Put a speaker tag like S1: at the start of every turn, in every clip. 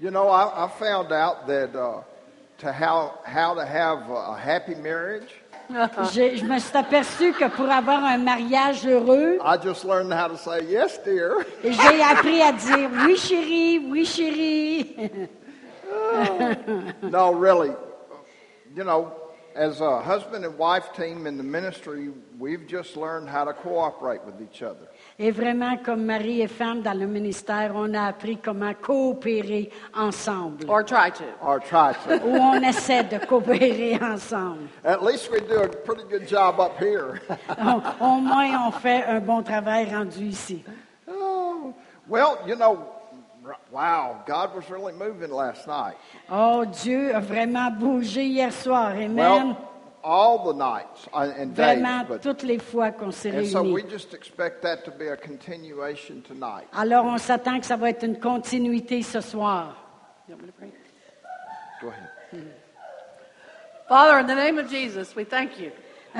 S1: You know, I, I found out that uh, to how how to have a happy marriage,
S2: J'ai- je me suis aperçue que pour avoir un mariage heureux,
S1: I just learned how to say yes, dear.
S2: j'ai appris à dire oui chérie, oui chérie.
S1: no, really, you know, as a husband and wife team in the ministry, we've just learned how to cooperate with each other.
S2: Et vraiment, comme mari et femme dans le ministère, on a appris comment coopérer ensemble.
S3: Or try to.
S1: Or try to.
S2: Où on essaie de coopérer ensemble.
S1: At least we do a pretty good job up here.
S2: Au- au moins, on fait un bon travail rendu ici.
S1: oh, well, you know, r- wow, God was really moving last night.
S2: Oh, Dieu a vraiment bougé hier soir. Amen.
S1: Well, all the nights uh, and days,
S2: vraiment,
S1: but
S2: toutes les fois qu'on s'est
S1: And so we
S2: réunis.
S1: just expect that to be a continuation tonight.
S2: Alors, on s'attend que ça va être une continuité ce soir.
S3: You want me to pray?
S1: Go ahead.
S3: Father, in the name of Jesus, we thank you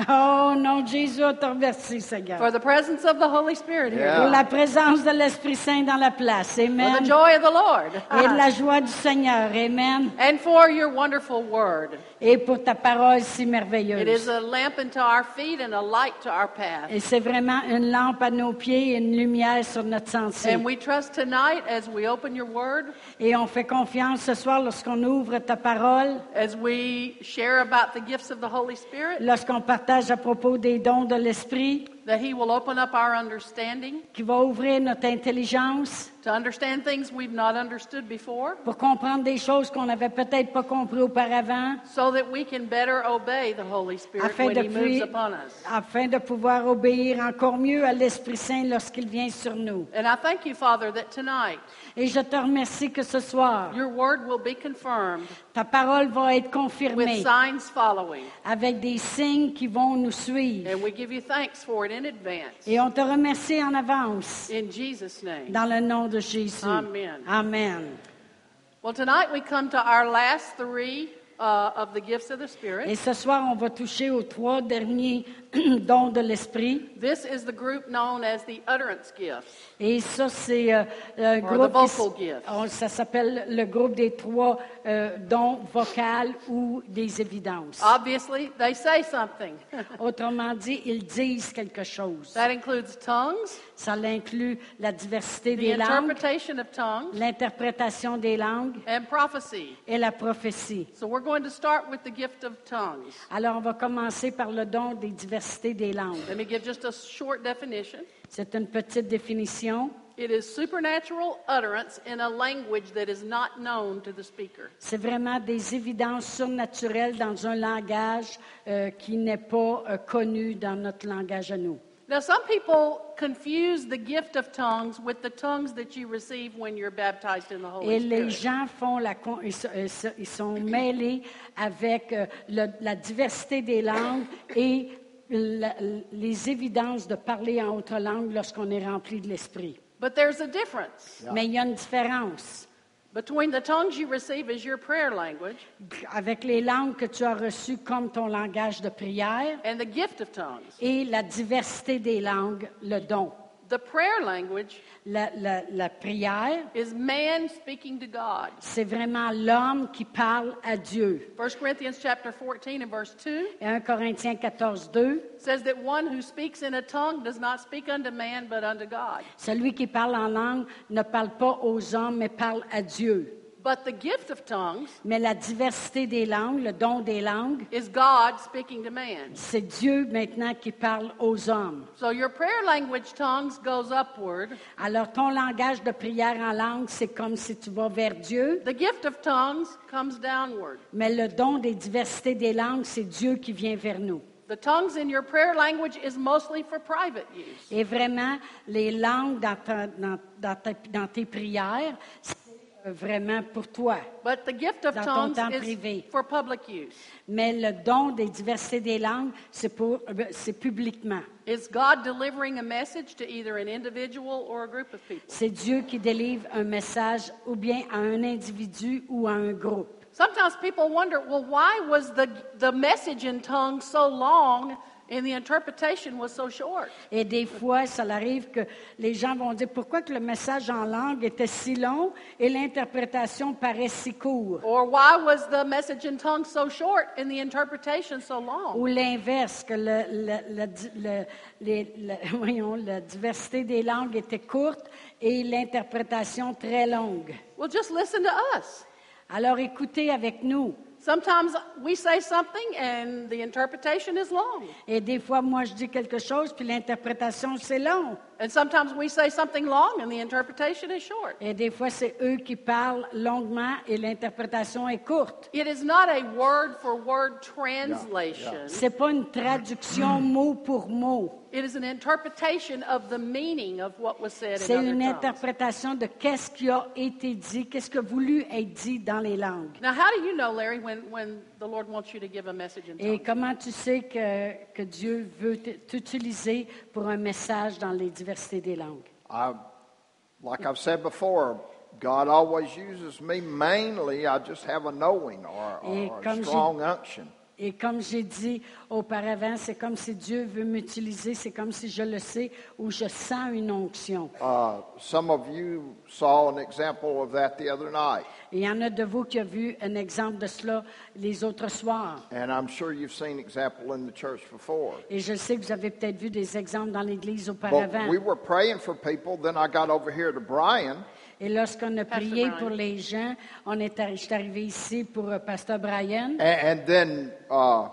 S2: Oh, non, Jésus, te remercie, Seigneur.
S3: for the presence of the Holy Spirit here.
S1: Yeah.
S2: Pour la présence de l'Esprit Saint dans la place.
S3: For the
S2: Amen.
S3: joy of the Lord.
S2: Et de la joie du Seigneur. Amen.
S3: And for your wonderful word.
S2: Et pour ta parole si
S3: It is
S2: merveilleuse.
S3: a lamp unto our feet and a light to our path.
S2: Et c'est vraiment une lampe à nos pieds et une lumière sur notre sentier.
S3: And we trust tonight as we open your word,
S2: Et on fait confiance ce soir lorsqu'on ouvre ta parole,
S3: as we share about the gifts of the Holy Spirit,
S2: lorsqu'on partage à propos des dons de l'Esprit
S3: that he will open up our understanding
S2: qui va ouvrir notre intelligence
S3: to understand things we've not understood before,
S2: pour comprendre des choses qu'on n'avait peut-être pas compris auparavant
S3: so that we can better obey the Holy Spirit
S2: afin
S3: when
S2: de,
S3: he moves
S2: puis-
S3: upon us.
S2: afin de pouvoir obéir encore mieux à l'Esprit Saint lorsqu'il vient sur nous.
S3: And I thank you, Father, that tonight
S2: Et je te remercie que ce soir,
S3: your word will be confirmed
S2: ta parole va être confirmée
S3: with signs following.
S2: avec des signes qui vont nous suivre.
S3: And we give you thanks for it in advance.
S2: Et on te remercie en avance
S3: In Jesus' name.
S2: dans le nom de Jésus.
S3: Amen.
S2: Amen.
S3: Well, tonight we come to our last three uh, of the gifts of the Spirit.
S2: Et ce soir, on va toucher aux trois derniers dons de l'esprit.
S3: This is the group known as the utterance gifts.
S2: Et ça, c'est euh, le
S3: Or
S2: groupe.
S3: the
S2: qui s-
S3: vocal gifts.
S2: on- ça s'appelle le groupe des trois euh, dons vocales ou des évidences.
S3: Ah. Obviously, they say something.
S2: Autrement dit, ils disent quelque chose.
S3: that includes tongues,
S2: Ça inclut la diversité
S3: the
S2: des langues,
S3: interpretation of tongues,
S2: l'interprétation des langues
S3: and prophecy.
S2: et la prophétie.
S3: So we're going to start with the gift of tongues.
S2: Alors, on va commencer par le don des diversités des langues.
S3: Let me give just a short definition.
S2: C'est une petite définition.
S3: It is supernatural utterance in a language that is not known to the speaker.
S2: C'est vraiment des évidences surnaturelles dans un langage euh, qui n'est pas euh, connu dans notre langage à nous.
S3: Now, some people confuse the gift of tongues with the tongues that you receive when you're baptized in the Holy
S2: Et les
S3: Spirit.
S2: gens font la, con- ils, se- ils se- ils sont mêlés avec euh, le- la diversité des langues et la- les évidences de parler en autre langue lorsqu'on est rempli de l'esprit.
S3: But there's a difference
S2: Mais il y a une différence.
S3: between the tongues you receive as your prayer language
S2: Avec les langues que tu as reçues comme ton langage de prière
S3: and the gift of tongues.
S2: et la diversité des langues, le don.
S3: The prayer language
S2: La- la- la prière,
S3: is man speaking to God.
S2: c'est vraiment l'homme qui parle à Dieu.
S3: 1 Corinthians chapter 14 and verse 2
S2: Et 1 Corinthiens 14, 2,
S3: says that one who speaks in a tongue does not speak unto man but unto God.
S2: Celui qui parle en langue ne parle pas aux hommes, mais parle à Dieu.
S3: But the gift of tongues
S2: Mais la diversité des langues, le don des langues,
S3: is God speaking to man.
S2: c'est Dieu maintenant qui parle aux hommes.
S3: So your prayer language tongues goes upward.
S2: Alors ton langage de prière en langue, c'est comme si tu vas vers Dieu,
S3: The gift of tongues comes downward.
S2: mais le don des diversités des langues, c'est Dieu qui vient vers nous.
S3: The tongues in your prayer language is mostly for private use.
S2: Et vraiment, les langues dans, ta- dans- dans ta- dans tes prières, c'est euh, vraiment pour toi.
S3: But the gift of
S2: Dans ton
S3: tongues
S2: temps
S3: is
S2: privé.
S3: for public use.
S2: Mais le don des diversités des langues, c'est pour- euh, c'est publiquement.
S3: It's God delivering a message to either an individual or a group of people.
S2: C'est Dieu qui délivre un message ou bien à un individu ou à un groupe.
S3: Sometimes people wonder, well, why was the, the message in tongues so long And the interpretation was so short.
S2: Et des fois, ça arrive que les gens vont dire pourquoi que le message en langue était si long et l'interprétation paraît si court.
S3: Or why was the message in tongues so short and the interpretation so long?
S2: Ou l'inverse, que le- le- le di- le- les- le- voyons, la diversité des langues était courte et l'interprétation très longue.
S3: Well, just listen to us.
S2: Alors écoutez avec nous.
S3: Sometimes we say something and the interpretation is long.
S2: Et des fois, moi, je dis quelque chose, puis l'interprétation, c'est long.
S3: And sometimes we say something long and the interpretation is short.
S2: Et des fois, c'est eux qui parlent longuement et l'interprétation est courte.
S3: It is not a word for word translation.
S2: C'est pas une traduction mot pour mot.
S3: It is an interpretation of the meaning of what was said
S2: C'est une
S3: in other tongues.
S2: interprétation de qu'est-ce qui a été dit, qu'est-ce que voulu être dit dans les langues.
S3: Now, how do you know, Larry, when, when the Lord wants you to give a message in
S2: Et
S3: tongues?
S2: comment tu sais que, que Dieu veut t- t'utiliser pour un message dans les diversités des langues?
S1: I, like I've said before, God always uses me mainly. I just have a knowing or,
S2: Et
S1: or
S2: comme
S1: a
S2: j'ai-
S1: strong unction.
S2: Et comme j'ai dit auparavant, c'est comme si Dieu veut m'utiliser, c'est comme si je le sais ou je sens une onction.
S1: Uh, some of you saw an example of that the other night,
S2: Et il y en a de vous qui avez vu un exemple de cela les autres soirs.
S1: and I'm sure you've seen example in the church before.
S2: Et je sais que vous avez peut-être vu des exemples dans l'Église auparavant.
S1: But we were praying for people. Then I got over here to Brian,
S2: Et lorsqu'on a
S3: Pastor
S2: prié
S3: Brian.
S2: pour les gens, on est arri- je suis arrivée ici pour euh, Pasteur Brian.
S1: and, and then uh,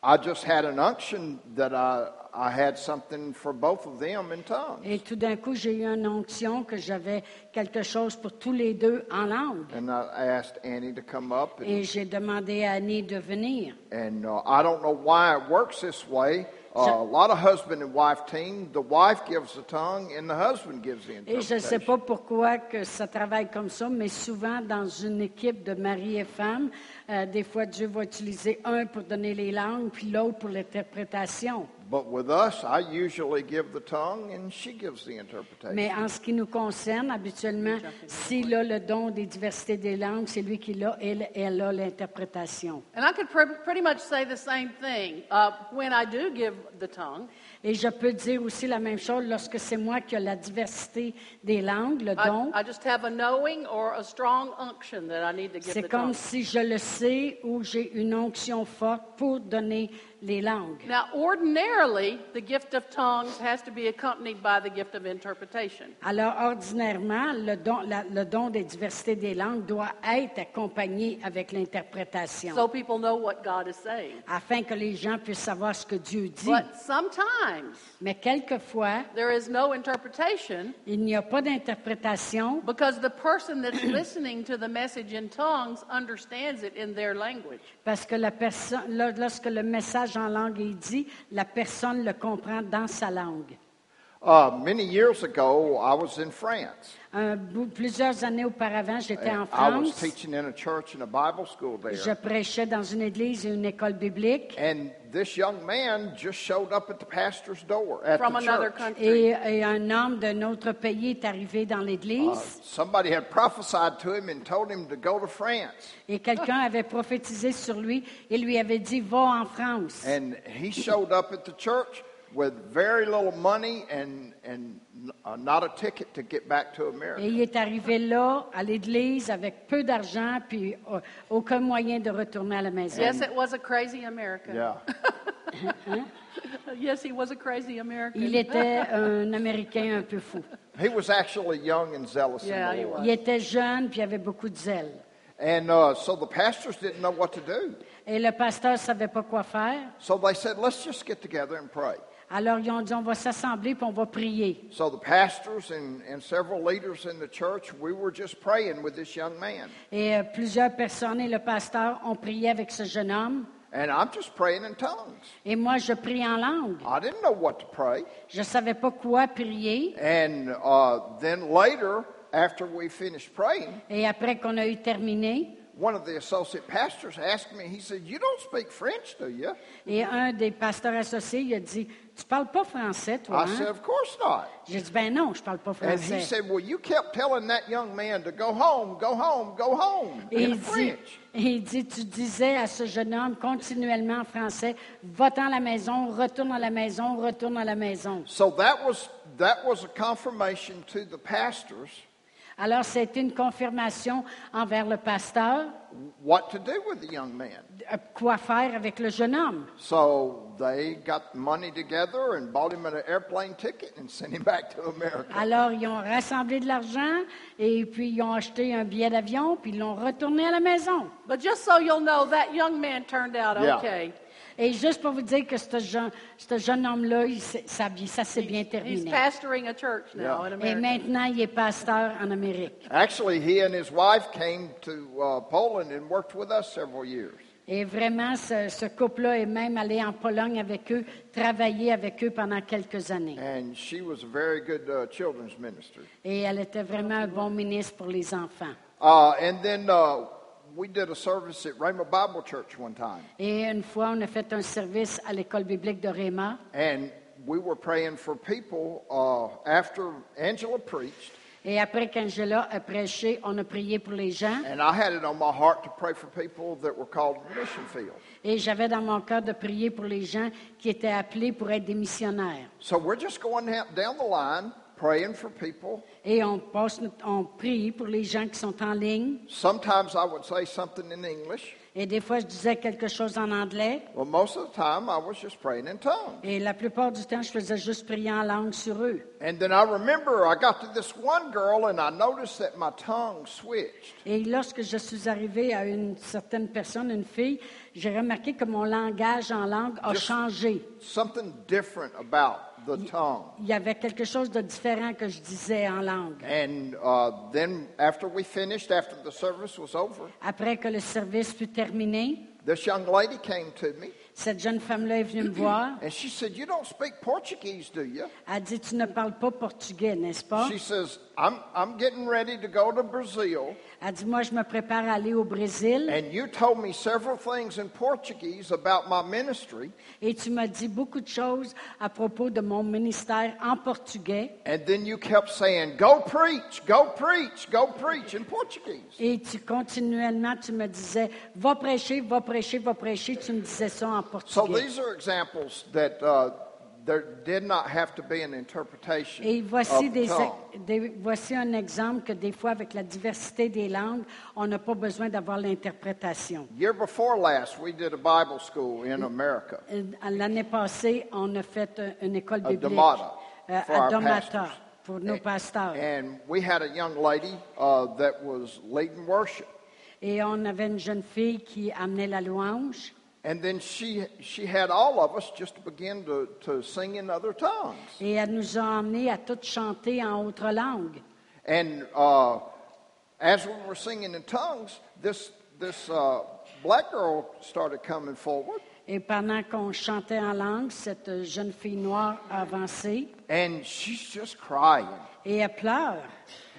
S1: I just had an unction that I I had something for both of them in tongues.
S2: Et tout d'un coup, j'ai eu une onction que j'avais quelque chose pour tous les deux en langue.
S1: And I asked Annie to come up,
S2: Et
S1: and,
S2: j'ai demandé à Annie de venir.
S1: and uh, I don't know why it works this way. Uh,
S2: Je-
S1: a lot of husband and wife team, the wife gives the tongue, and the husband gives the
S2: Et je
S1: interpretation.
S2: ne sais pas pourquoi que ça travaille comme ça, mais souvent dans une équipe de mari et femme, euh, des fois Dieu va utiliser un pour donner les langues, puis l'autre pour l'interprétation.
S1: But with us, I usually give the tongue, and she gives the interpretation.
S2: Mais en ce qui nous concerne, habituellement, s'il a le don des diversités des langues, c'est lui qui l'a et elle- elle a l'interprétation.
S3: And I could pre- pretty much say the same thing. Uh, when I do give the tongue,
S2: Et je peux dire aussi la même chose lorsque c'est moi qui ai la diversité des langues, le
S3: I,
S2: don.
S3: I just have a knowing or a strong unction that I need to give
S2: C'est
S3: the
S2: comme
S3: tongue.
S2: si je le sais ou j'ai une onction forte pour donner les langues.
S3: Now, ordinarily, the gift of tongues has to be accompanied by the gift of interpretation.
S2: Alors, ordinairement, le don, la- le don des diversités des langues doit être accompagné avec l'interprétation
S3: So people know what God is saying.
S2: afin que les gens puissent savoir ce que Dieu dit.
S3: But sometimes
S2: Mais quelquefois,
S3: there is no interpretation
S2: Il n'y a pas d'interprétation
S3: because the person that's listening to the message in tongues understands it in their language.
S2: parce que la personne, lo- lorsque le message en langue est dit, la personne le comprend dans sa langue.
S1: Uh, many years ago, I was in France.
S2: Un bout- plusieurs années auparavant, j'étais en
S1: and I was
S2: France.
S1: teaching in a church and a Bible school there.
S2: Je prêchais dans une église et une école biblique.
S1: And this young man just showed up at the pastor's door at
S3: from
S1: the
S3: another
S1: church.
S3: country.
S2: Et, et un homme d'un autre pays est arrivé dans
S1: Uh,
S2: l'église
S1: somebody had prophesied to him and told him to go to France.
S2: et quelqu'un avait prophétisé sur lui et lui avait dit va en France.
S1: And he showed up at the church with very little money and, and uh, not a ticket to get back to America.
S2: Et il est arrivé là, à l'église, avec peu d'argent, puis euh, aucun moyen de retourner à la maison.
S3: Yes, it was a crazy American.
S1: Yeah.
S3: Yes, he was a crazy American.
S2: Il était un Américain un peu fou.
S1: He was actually young and zealous
S3: Yeah,
S1: in
S3: he
S1: the Lord.
S2: Il était jeune, puis il avait beaucoup de zèle.
S1: And uh, so the pastors didn't know what to do.
S2: Et le pasteur ne savait pas quoi faire.
S1: So they said, let's just get together and pray.
S2: Alors, ils ont dit, on va s'assembler, puis on va prier.
S1: So the pastors and, and several leaders in the church, we were just praying with this young man.
S2: Et euh, plusieurs personnes et le pasteur ont prié avec ce jeune homme.
S1: And I'm just praying in tongues.
S2: Et moi, je prie en langue.
S1: I didn't know what to pray.
S2: Je ne savais pas quoi prier.
S1: And uh, then later, after we finished praying,
S2: Et après qu'on a eu terminé,
S1: one of the associate pastors asked me, he said, You don't speak French, do you?
S2: Et un des pasteurs associés, il a dit, tu parles pas français, toi,
S1: I said,
S2: hein?
S1: Of course not.
S2: J'ai dit, ben non, je parle pas
S1: And he
S2: français.
S1: said, Well, you kept telling that young man to go home, go home, go home
S2: Et
S1: in
S2: il, dit,
S1: French.
S2: et il dit, tu disais à ce jeune homme continuellement en français, va-t'en à la maison, retourne à la maison, retourne à la maison.
S1: So that was that was a confirmation to the pastors
S2: Alors, c'était une confirmation envers le pasteur
S1: what to do with the young man.
S2: euh, quoi faire avec le jeune homme.
S1: So they got money together and bought him an airplane ticket and sent him back to America.
S2: Alors, ils ont rassemblé de l'argent et puis ils ont acheté un billet d'avion, puis ils l'ont retourné à la maison.
S3: But just so you'll know, that young man turned out
S1: Yeah.
S3: okay.
S2: Et juste pour vous dire que ce jeune, ce jeune homme-là, il s'est- ça, ça s'est bien
S3: He's
S2: terminé.
S3: pastoring a church now
S1: Yeah.
S3: in
S2: Et
S3: America.
S2: maintenant, il est pasteur en Amérique.
S1: Actually, he and his wife came to uh, Poland and worked with us several years.
S2: Et vraiment, ce, ce couple-là est même allé en Pologne avec eux, travailler avec eux pendant quelques années.
S1: And she was a very good uh, children's minister.
S2: Et elle était vraiment un bon ministre pour les enfants.
S1: Uh, and then uh, we did a service at Rhema Bible Church one time.
S2: Et une fois, on a fait un service à l'école biblique de Réma.
S1: And we were praying for people uh, after Angela preached.
S2: Et après qu'Angela a prêché, on a prié pour les gens.
S1: And I had it on my heart to pray for people that were called to the mission field.
S2: Et j'avais dans mon cœur de prier pour les gens qui étaient appelés pour être des missionnaires.
S1: So we're just going ha- down the line praying for people.
S2: Et on, passe, notre- on prie pour les gens qui sont en ligne.
S1: Sometimes I would say something in English.
S2: Et des fois, je disais quelque chose en anglais.
S1: Well, most of the time I was just praying in tongues.
S2: Et la plupart du temps, je faisais juste prier en langue sur eux.
S1: And then I remember I got to this one girl and I noticed that my tongue switched.
S2: Et lorsque je suis arrivée à une certaine personne, une fille, j'ai remarqué que mon langage en langue a
S1: Just-
S2: changé.
S1: Something different about the tongue.
S2: Il y avait quelque chose de différent que je disais en langue.
S1: And uh, then after we finished, after the service was over,
S2: Après que le service fut terminé,
S1: this young lady came to me
S2: cette jeune femme-là est venue me voir.
S1: and she said, You don't speak Portuguese, do you?
S2: Elle dit, tu ne parles pas portugais, n'est-ce pas?
S1: She says, I'm, I'm getting ready to go to Brazil,
S2: Elle dit, moi, je me prépare à aller au Brésil.
S1: and you told me several things in Portuguese about my ministry,
S2: Et tu m'as dit beaucoup de choses à propos de mon ministère en portugais.
S1: and then you kept saying, Go preach, go preach, go preach in Portuguese.
S2: Et tu continuellement, tu me disais, va prêcher, va prêcher, va prêcher. Tu me disais ça en
S1: So
S2: portugais.
S1: these are examples that uh, there did not have to be an interpretation
S2: Et voici,
S1: of the
S2: des,
S1: tongue.
S2: des- voici un exemple que des fois, avec la diversité des langues, on n'a pas besoin d'avoir l'interprétation.
S1: Year before last, we did a Bible school in America.
S2: Euh, L'année passée, on a fait un- une école
S1: Of
S2: biblique
S1: Domata,
S2: euh,
S1: for
S2: à
S1: our
S2: Domata
S1: pastors.
S2: pour nos pasteurs.
S1: And we had a young lady uh, that was leading worship.
S2: Et on avait une jeune fille qui amenait la louange.
S1: And then she, she had all of us just begin to, to sing in other tongues.
S2: Et elle nous a emmenés à toutes chanter en autre langue.
S1: And uh, as we were singing in tongues, this, this uh, black girl started coming forward.
S2: Et pendant qu'on chantait en langue, cette jeune fille noire a avancé
S1: And she's just crying.
S2: et elle pleure.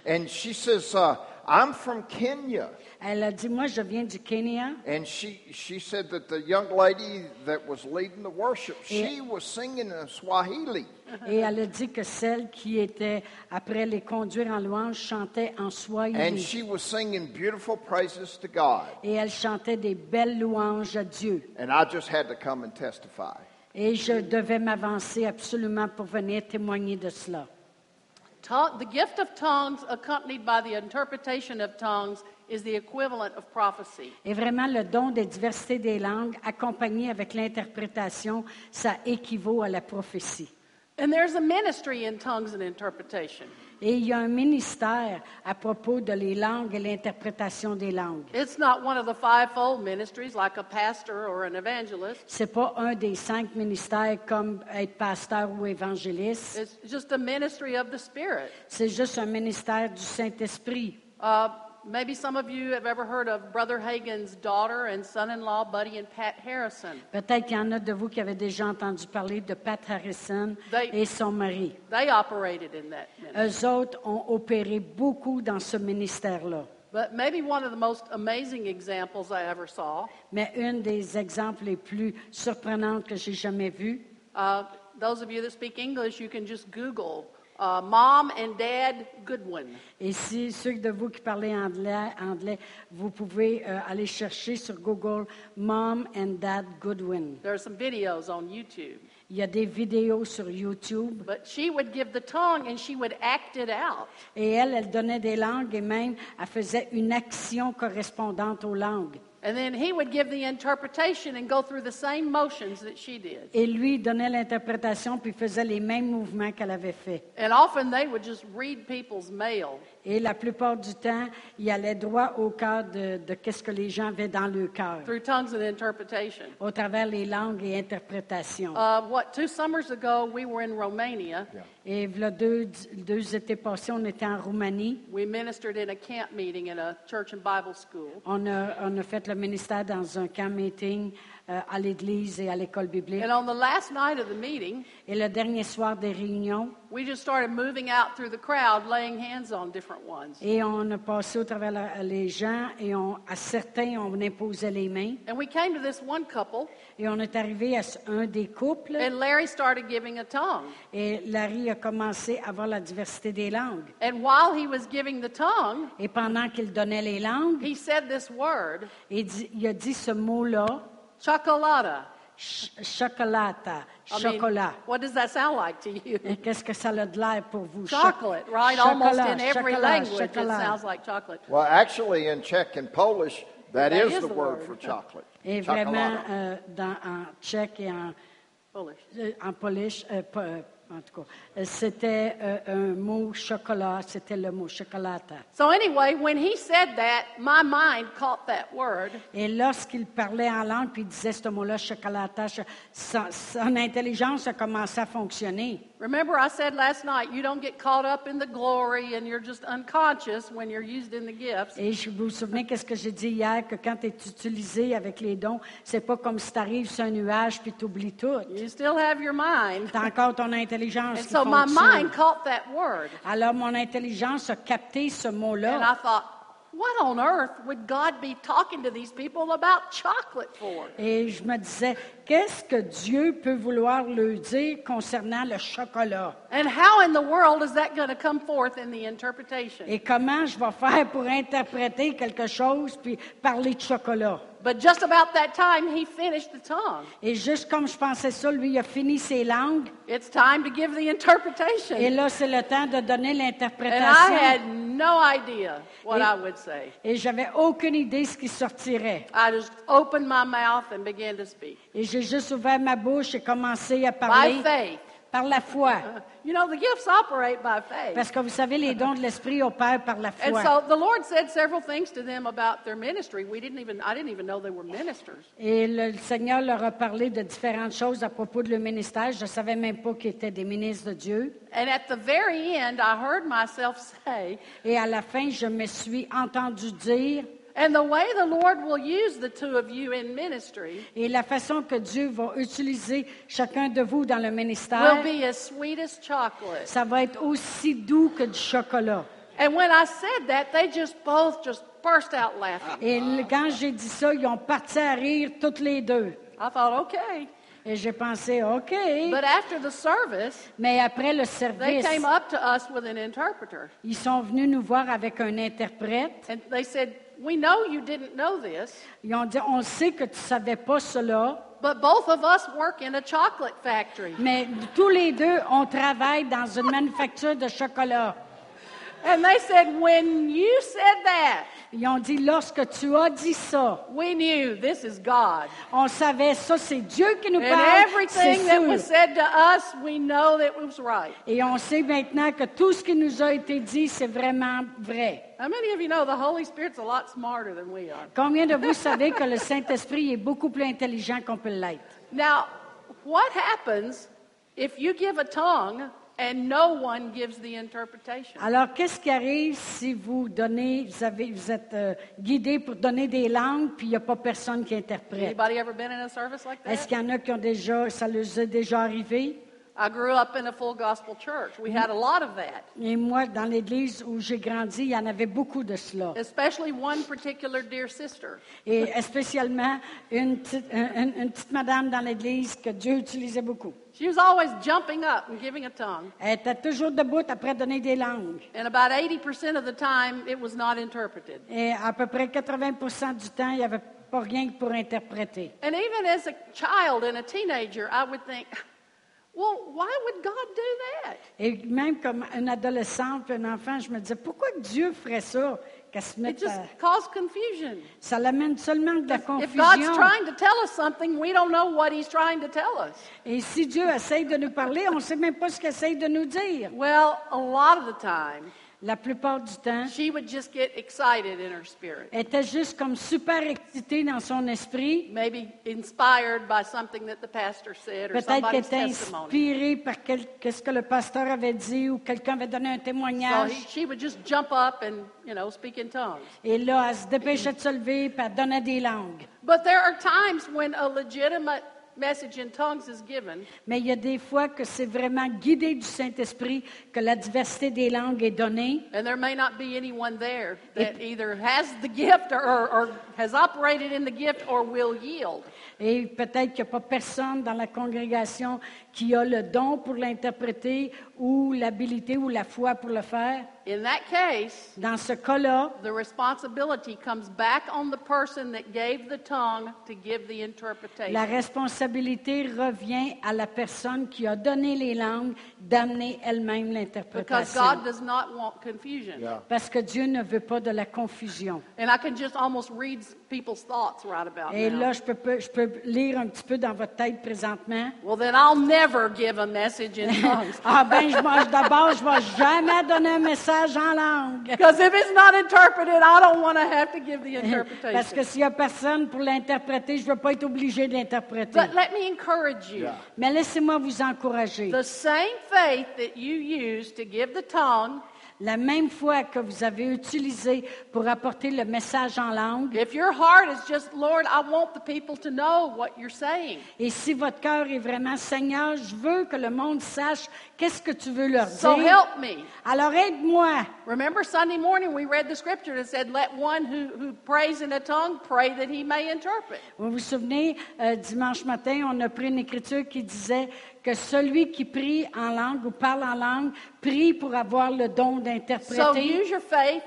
S1: And she says, uh, I'm from Kenya.
S2: Elle a dit, moi, je viens du Kenya.
S1: And she, she said that the young lady that was leading the worship, she was singing in Swahili.
S2: Et elle a dit que celle qui était, après les conduire en louange, chantait en
S3: Mm-hmm.
S1: And
S2: swahili.
S1: she was singing beautiful praises to God.
S2: Et elle chantait des belles louanges à Dieu.
S1: And I just had to come and testify.
S2: Et je devais m'avancer absolument pour venir témoigner de cela.
S3: Tongue- The gift of tongues accompanied by the interpretation of tongues is the equivalent of prophecy.
S2: Et vraiment, le don des diversités des langues, accompagné avec l'interprétation, ça équivaut à la prophétie.
S3: And there's a ministry in tongues and interpretation.
S2: Et il y a un ministère à propos de les langues et l'interprétation des langues.
S3: It's not one of the fivefold ministries like a pastor or an evangelist.
S2: C'est pas un des cinq ministères comme être pasteur ou évangéliste.
S3: It's just a ministry of the Spirit.
S2: C'est juste un ministère du Saint-Esprit.
S3: Uh, maybe some of you have ever heard of Brother Hagan's daughter and son-in-law, Buddy and Pat Harrison.
S2: Peut-être qu'il y en a de vous qui avez déjà entendu parler de Pat Harrison
S3: They-
S2: et son mari.
S3: They operated in that ministry.
S2: Eux autres ont opéré beaucoup dans ce ministère-là.
S3: But maybe one of the most amazing examples I ever saw,
S2: Mais une des exemples les plus surprenantes que j'ai jamais vues,
S3: uh, those of you that speak English, you can just Google uh, Mom and Dad Goodwin.
S2: et si ceux de vous qui parlez anglais, anglais vous pouvez euh, aller chercher sur Google Mom and Dad Goodwin.
S3: There are some videos on YouTube.
S2: Il y a des vidéos sur YouTube
S3: But she would give the tongue and she would act it out.
S2: et elle, elle donnait des langues et même elle faisait une action correspondante aux langues.
S3: And then he would give the interpretation and go through the same motions that she did.
S2: Et lui donnait l'interprétation puis faisait les mêmes mouvements qu'elle avait fait.
S3: And often they would just read people's mail.
S2: Et la plupart du temps, il allait droit au cœur de, de qu'est-ce que les gens avaient dans le cœur,
S3: through tongues and interpretation.
S2: au travers les langues et interprétations.
S3: Uh, what, two summers ago, we were in Romania.
S2: Et voilà deux, deux étés passés, on était en Roumanie.
S3: We ministered in a camp meeting in a church and Bible school.
S2: On a, on a fait le ministère dans un camp meeting euh, à l'église et à l'école biblique.
S3: And on the last night of the meeting,
S2: Et le dernier soir des réunions,
S3: we just started moving out through the crowd, laying hands on different ones.
S2: et on a passé au travers la- les gens, et on, à certains, on imposait les mains.
S3: And we came to this one couple,
S2: Et on est arrivé à un des couples,
S3: and Larry started giving a tongue.
S2: et Larry a commencé à voir la diversité des langues.
S3: And while he was giving the tongue,
S2: Et pendant qu'il donnait les langues,
S3: he said this word,
S2: il, dit- il a dit ce mot-là,
S3: chocolata.
S2: ch- chocolata,
S3: I mean,
S2: chocolat.
S3: what does that sound like to you?
S2: Et qu'est-ce que ça a de l'air pour vous?
S3: Chocolate,
S2: Choc-
S3: right? Almost
S2: chocolat,
S3: in every
S2: chocolat,
S3: language, it
S2: chocolat.
S3: sounds like chocolate.
S1: Well, actually, in Czech and Polish,
S3: That
S1: is, the,
S3: is the
S1: word,
S3: word.
S1: for chocolate.
S2: Et vraiment,
S1: Chocolata.
S2: euh, dans, en tchèque et en,
S3: Polish.
S2: euh, en polish, euh, pas, euh, en tout cas, euh, c'était euh, un mot chocolat, c'était le mot chocolata.
S3: So anyway, when he said that, my mind caught that word,
S2: Et lorsqu'il parlait en langue, puis il disait ce mot-là, chocolata, cho- son, son intelligence a commencé à fonctionner.
S3: Remember, I said last night, you don't get caught up in the glory and you're just unconscious when you're used in the gifts.
S2: Et je vous souvenez qu'est-ce que j'ai dit hier, que quand tu es utilisé avec les dons, c'est pas comme si tu arrives sur un nuage puis tu oublies tout.
S3: You still have your mind.
S2: T'as encore ton intelligence
S3: And
S2: qui
S3: so my
S2: fonctionne.
S3: mind caught that word.
S2: Alors mon intelligence a capté ce
S3: And I
S2: mot-là.
S3: thought, what on earth would God be talking to these people about chocolate for?
S2: Et je me disais, qu'est-ce que Dieu peut vouloir leur dire concernant le chocolat?
S3: And how in the world is that going to come forth in the interpretation?
S2: Et comment je vais faire pour interpréter quelque chose puis parler de chocolat?
S3: But just about that time, he finished the tongue.
S2: Et juste comme je pensais ça, lui, il a fini ses langues.
S3: It's time to give the interpretation.
S2: Et là, c'est le temps de donner
S3: And I
S2: l'interprétation.
S3: had no idea what
S2: It-
S3: I would say.
S2: Et j'avais aucune idée ce qui sortirait.
S3: I just opened my mouth and began to speak.
S2: Et j'ai juste ouvert ma bouche et commencé à
S3: By
S2: parler
S3: faith.
S2: par la foi.
S3: You know, the gifts operate by faith.
S2: Parce que vous savez, les dons de l'esprit opèrent par la
S3: And
S2: foi.
S3: so the Lord said several things to them about their ministry. We didn't even I didn't even know they were ministers.
S2: Et le Seigneur leur a parlé de différentes choses à propos de leur ministère. Je ne savais même pas qu'ils étaient des ministres de Dieu.
S3: And at the very end I heard myself say,
S2: Et à la fin, je me suis entendu dire,
S3: and the way the Lord will use the two of you in ministry
S2: et la façon que Dieu va utiliser chacun de vous dans le ministère,
S3: will be as sweet as chocolate.
S2: ça va être aussi doux que du chocolat.
S3: And when I said that, they just both just burst out laughing.
S2: Et le- quand j'ai dit ça, ils ont parti à rire toutes les deux.
S3: I thought, okay.
S2: Et j'ai pensé, OK.
S3: But after the service,
S2: Mais après le
S3: They
S2: service,
S3: came up to us with an interpreter
S2: ils sont venus nous voir avec un interprète.
S3: and they said, We know you didn't know this,
S2: Ils ont dit, on sait que tu ne savais pas cela,
S3: but both of us work in a chocolate factory.
S2: mais tous les deux, on travaille dans une manufacture de chocolat.
S3: And they said, When you said that,
S2: Ils ont dit, lorsque tu as dit ça,
S3: we knew this is God.
S2: on savait ça, c'est Dieu qui nous
S3: And
S2: parle, c'est
S3: everything that was
S2: sûr.
S3: said to us, we know that was right.
S2: Et on sait maintenant que tout ce qui nous a été dit, c'est vraiment vrai.
S3: How many of you know the Holy Spirit's a lot smarter than we are?
S2: Combien de vous savez que le Saint-Esprit est beaucoup plus intelligent qu'on peut l'être?
S3: Now, what happens if you give a tongue and no one gives the interpretation?
S2: Alors, qu'est-ce qui arrive si vous donnez, vous, avez, vous êtes euh, guidé pour donner des langues, puis il n'y a pas personne qui interprète?
S3: Anybody ever been in a service like that?
S2: Est-ce qu'il y en a qui ont déjà, ça leur est déjà arrivé?
S3: I grew up in a full gospel church. We had a lot of that,
S2: Et moi, dans l'église où j'ai grandi, il y en avait beaucoup de cela.
S3: especially one particular dear sister.
S2: Et spécialement une petite, un- un- une petite madame dans l'église que Dieu utilisait beaucoup.
S3: She was always jumping up and giving a tongue.
S2: Elle était toujours debout après donner des langues.
S3: And about 80% of the time, it was not interpreted.
S2: Et à peu près 80 du temps, il n'y avait pas rien que pour interpréter.
S3: And even as a child and a teenager, I would think, well, why would God do that?
S2: Et même comme une adolescente, puis un enfant, je me disais, pourquoi Dieu ferait ça? Qu'elle se
S3: It
S2: mette
S3: just
S2: à-
S3: caused confusion.
S2: Ça l'amène seulement de la
S3: If God's
S2: confusion.
S3: trying to tell us something, we don't know what He's trying to tell us.
S2: Et si Dieu essaye de nous parler, on ne sait même pas ce qu'il essaye de nous dire.
S3: Well, a lot of the time,
S2: La plupart du temps,
S3: she would just get excited in her spirit,
S2: elle était juste comme super excitée dans son esprit.
S3: maybe inspired by something that the pastor said or
S2: Peut-être qu'elle
S3: somebody's
S2: était
S3: testimony.
S2: inspirée par quel- qu'est-ce que le pasteur avait dit ou quelqu'un avait donné un
S3: So
S2: témoignage.
S3: he- she would just jump up and, you know, speak in tongues.
S2: Et là, elle se dépêchait de se lever puis elle donnait des langues.
S3: But there are times when a legitimate message in tongues is given,
S2: Mais il y a des fois que c'est vraiment guidé du Saint-Esprit que la diversité des langues est donnée.
S3: and there may not be anyone there that either has the gift or, or has operated in the gift or will yield.
S2: Et peut-être qu'il n'y a pas personne dans la congrégation qui a le don pour l'interpréter ou l'habilité ou la foi pour le faire.
S3: In that case,
S2: Dans ce cas-là,
S3: the responsibility comes back on the person that gave the tongue to give the
S2: la
S3: interpretation.
S2: responsabilité revient à la personne qui a donné les langues d'amener elle-même
S3: Because God
S2: l'interprétation.
S3: does not want confusion.
S1: Yeah.
S2: Parce que Dieu ne veut pas de la confusion.
S3: And I can just almost read people's thoughts right about
S2: Et
S3: now.
S2: là, je peux, pas- je peux lire un petit peu dans votre tête présentement.
S3: Well, then I'll never give a message in tongues.
S2: Ah ben, je mange d'abord, je vais jamais donner un message en langue.
S3: Because if it's not interpreted, I don't want to have to give the
S2: Parce que
S3: interpretation.
S2: s'il n'y a personne pour l'interpréter, je ne veux pas être obligé de l'interpréter.
S3: But let me encourage you.
S1: Yeah.
S2: Mais laissez-moi vous encourager.
S3: The same faith that you use to give the tongue,
S2: La même foi que vous avez utilisée pour apporter le message en langue,
S3: if your heart is just, Lord, I want the people to know what you're saying.
S2: et si votre cœur est vraiment Seigneur, je veux que le monde sache qu'est-ce que tu veux leur
S3: So
S2: dire.
S3: help me.
S2: Alors aide-moi.
S3: Remember Sunday morning we read the scripture that said, Let one who, who prays in a tongue pray that he may interpret.
S2: Vous vous souvenez, euh, dimanche matin, on a pris une écriture qui disait que celui qui prie en langue ou parle en langue prie pour avoir le don
S3: So
S2: d'interpréter.
S3: use your faith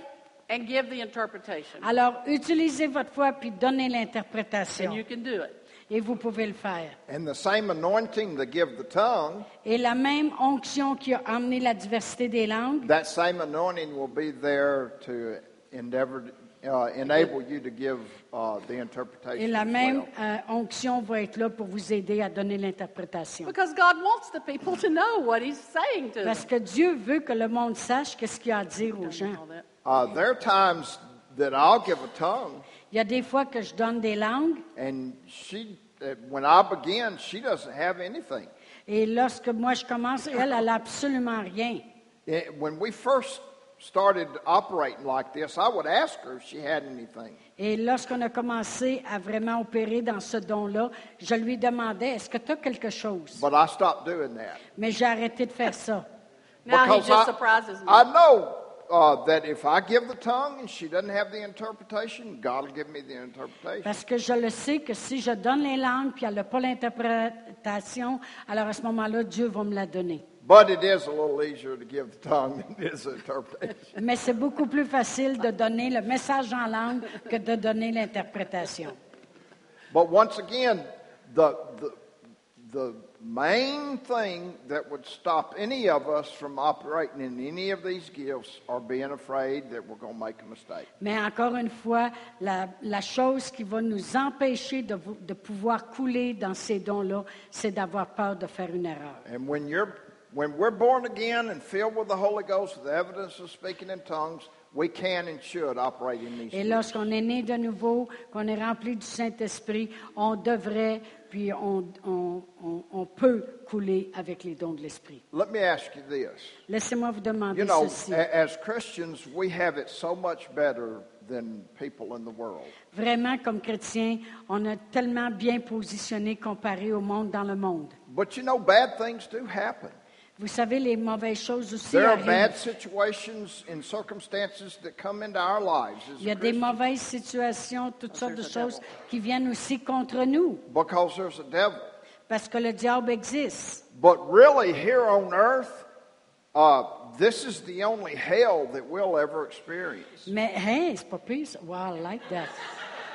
S3: and give the interpretation.
S2: Alors, utilisez votre foi puis donnez
S3: And
S2: l'interprétation.
S3: you can do it.
S2: Et vous pouvez le faire.
S1: And the same anointing to give the tongue,
S2: Et la même onction qui a emmené la diversité des langues,
S1: that same anointing will be there to endeavor, uh, enable you to give uh, the
S2: et
S1: interpretation.
S2: la
S1: as
S2: même
S1: well.
S2: euh, onction va être là pour vous aider à donner l'interprétation.
S3: Because God wants the people to know what he's saying to them.
S2: Parce que Dieu veut que le monde sache qu'est-ce qu'il y a à dire aux gens.
S3: All that.
S1: Uh, there are times that I'll give a tongue,
S2: Il y a des fois que je donne des langues
S1: and she, uh, when I begin, she doesn't have anything.
S2: Et lorsque moi je commence, elle, elle a absolument rien.
S1: It- Eh, when we first started operating like this, I would ask her if she had anything.
S2: Et lorsqu'on a commencé à vraiment opérer dans ce don-là, je lui demandais, est-ce que tu as quelque chose?
S1: But I stopped doing that.
S2: Mais j'ai arrêté de faire ça.
S3: Now he
S1: Because I-
S3: just surprises me.
S1: I know uh, that if I give the tongue and she doesn't have the interpretation, God will give me the interpretation.
S2: Parce que je le sais que si je donne les langues puis elle n'a pas l'interprétation, alors à ce moment-là, Dieu va me la donner.
S1: But it is a little easier to give the tongue than it is the interpretation.
S2: Mais c'est beaucoup plus facile de donner le message en langue que de donner l'interprétation.
S1: But once again, the, the, the main thing that would stop any of us from operating in any of these gifts are being afraid that we're going to make a mistake.
S2: Mais encore une fois, la, la chose qui va nous empêcher de, vou- de pouvoir couler dans ces dons-là, c'est d'avoir peur de faire une erreur.
S1: And when you're when we're born again and filled with the Holy Ghost, with the evidence of speaking in tongues, we can and should operate in these.
S2: Et
S1: gifts.
S2: lorsqu'on est né de nouveau, qu'on est rempli du Saint-Esprit, on devrait, puis on, on- on- on peut couler avec les dons de l'Esprit.
S1: Let me ask you this.
S2: Laissez-moi vous demander
S1: You know, eh,
S2: ceci.
S1: a- as Christians, we have it so much better than people in the world.
S2: Vraiment, comme chrétiens, on est tellement bien positionné comparé au monde dans le monde.
S1: But you know, bad things do happen.
S2: Vous savez, les mauvaises choses aussi
S1: There are
S2: arrivent.
S1: bad situations and circumstances that come into our lives as
S2: Il y a
S1: a
S2: des
S1: Christian
S2: mauvaises situations, toutes sortes de choses qui viennent aussi contre nous,
S1: because there's a devil.
S2: parce que le diable existe.
S1: But really, here on earth, uh, this is the only hell that we'll ever experience.
S2: Mais, hein, c'est pas pire, ça. Wow, I like that.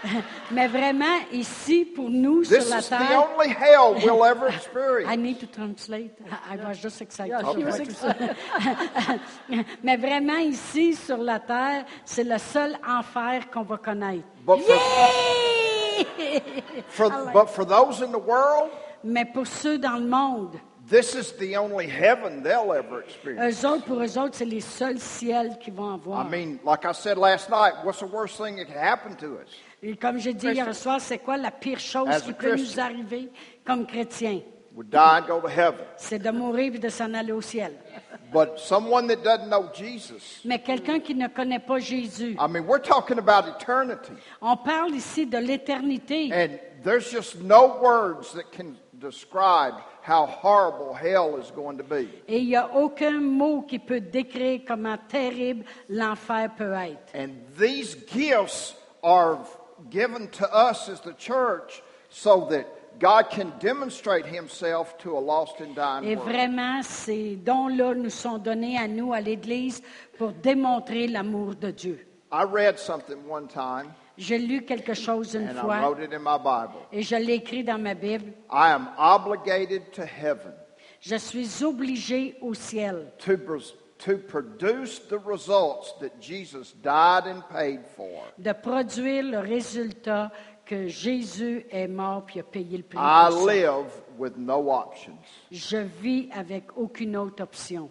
S2: Mais vraiment, ici, pour nous,
S1: This
S2: sur la
S1: is the
S2: terre,
S1: only hell we'll ever experience.
S2: I need to translate. I, I was just excited.
S3: Yeah, she was
S2: about it. Mais vraiment, ici, sur la terre, c'est le seul enfer qu'on va connaître.
S1: But for-
S2: Yeah!
S1: For, but for those in the world,
S2: Mais pour ceux dans le monde,
S1: this is the only heaven they'll ever experience.
S2: eux autres, pour eux autres, c'est les seuls ciels qu'ils vont avoir.
S1: I mean, like I said last night, what's the worst thing that can happen to us?
S2: Et comme j'ai dit hier soir, c'est quoi la pire chose
S1: As
S2: qui
S1: a
S2: peut nous
S1: Christian.
S2: arriver comme chrétiens?
S1: We die and go to heaven.
S2: C'est de mourir et de s'en aller au ciel.
S1: But someone that doesn't know Jesus,
S2: Mais quelqu'un qui ne connaît pas Jésus,
S1: I mean, we're talking about eternity.
S2: on parle ici de l'éternité.
S1: And there's just no words that can describe how horrible hell is going to be.
S2: Et il n'y a aucun mot qui peut décrire comment terrible l'enfer peut être.
S1: And these gifts are given to us as the church so that God can demonstrate himself to a lost and dying
S2: Et
S1: world.
S2: vraiment, ces dons-là nous sont donnés à nous, à l'Église, pour démontrer l'amour de Dieu.
S1: I read something one time,
S2: J'ai lu quelque chose une
S1: and I
S2: fois
S1: wrote it in my Bible.
S2: et je l'ai écrit dans ma Bible.
S1: I am obligated to heaven
S2: Je suis obligé au ciel
S1: to, pres- to produce the results that Jesus died and paid for.
S2: de produire le résultat que Jésus est mort puis a payé le prix.
S1: I
S2: pour ça.
S1: live with no options.
S2: Je vis avec aucune autre option.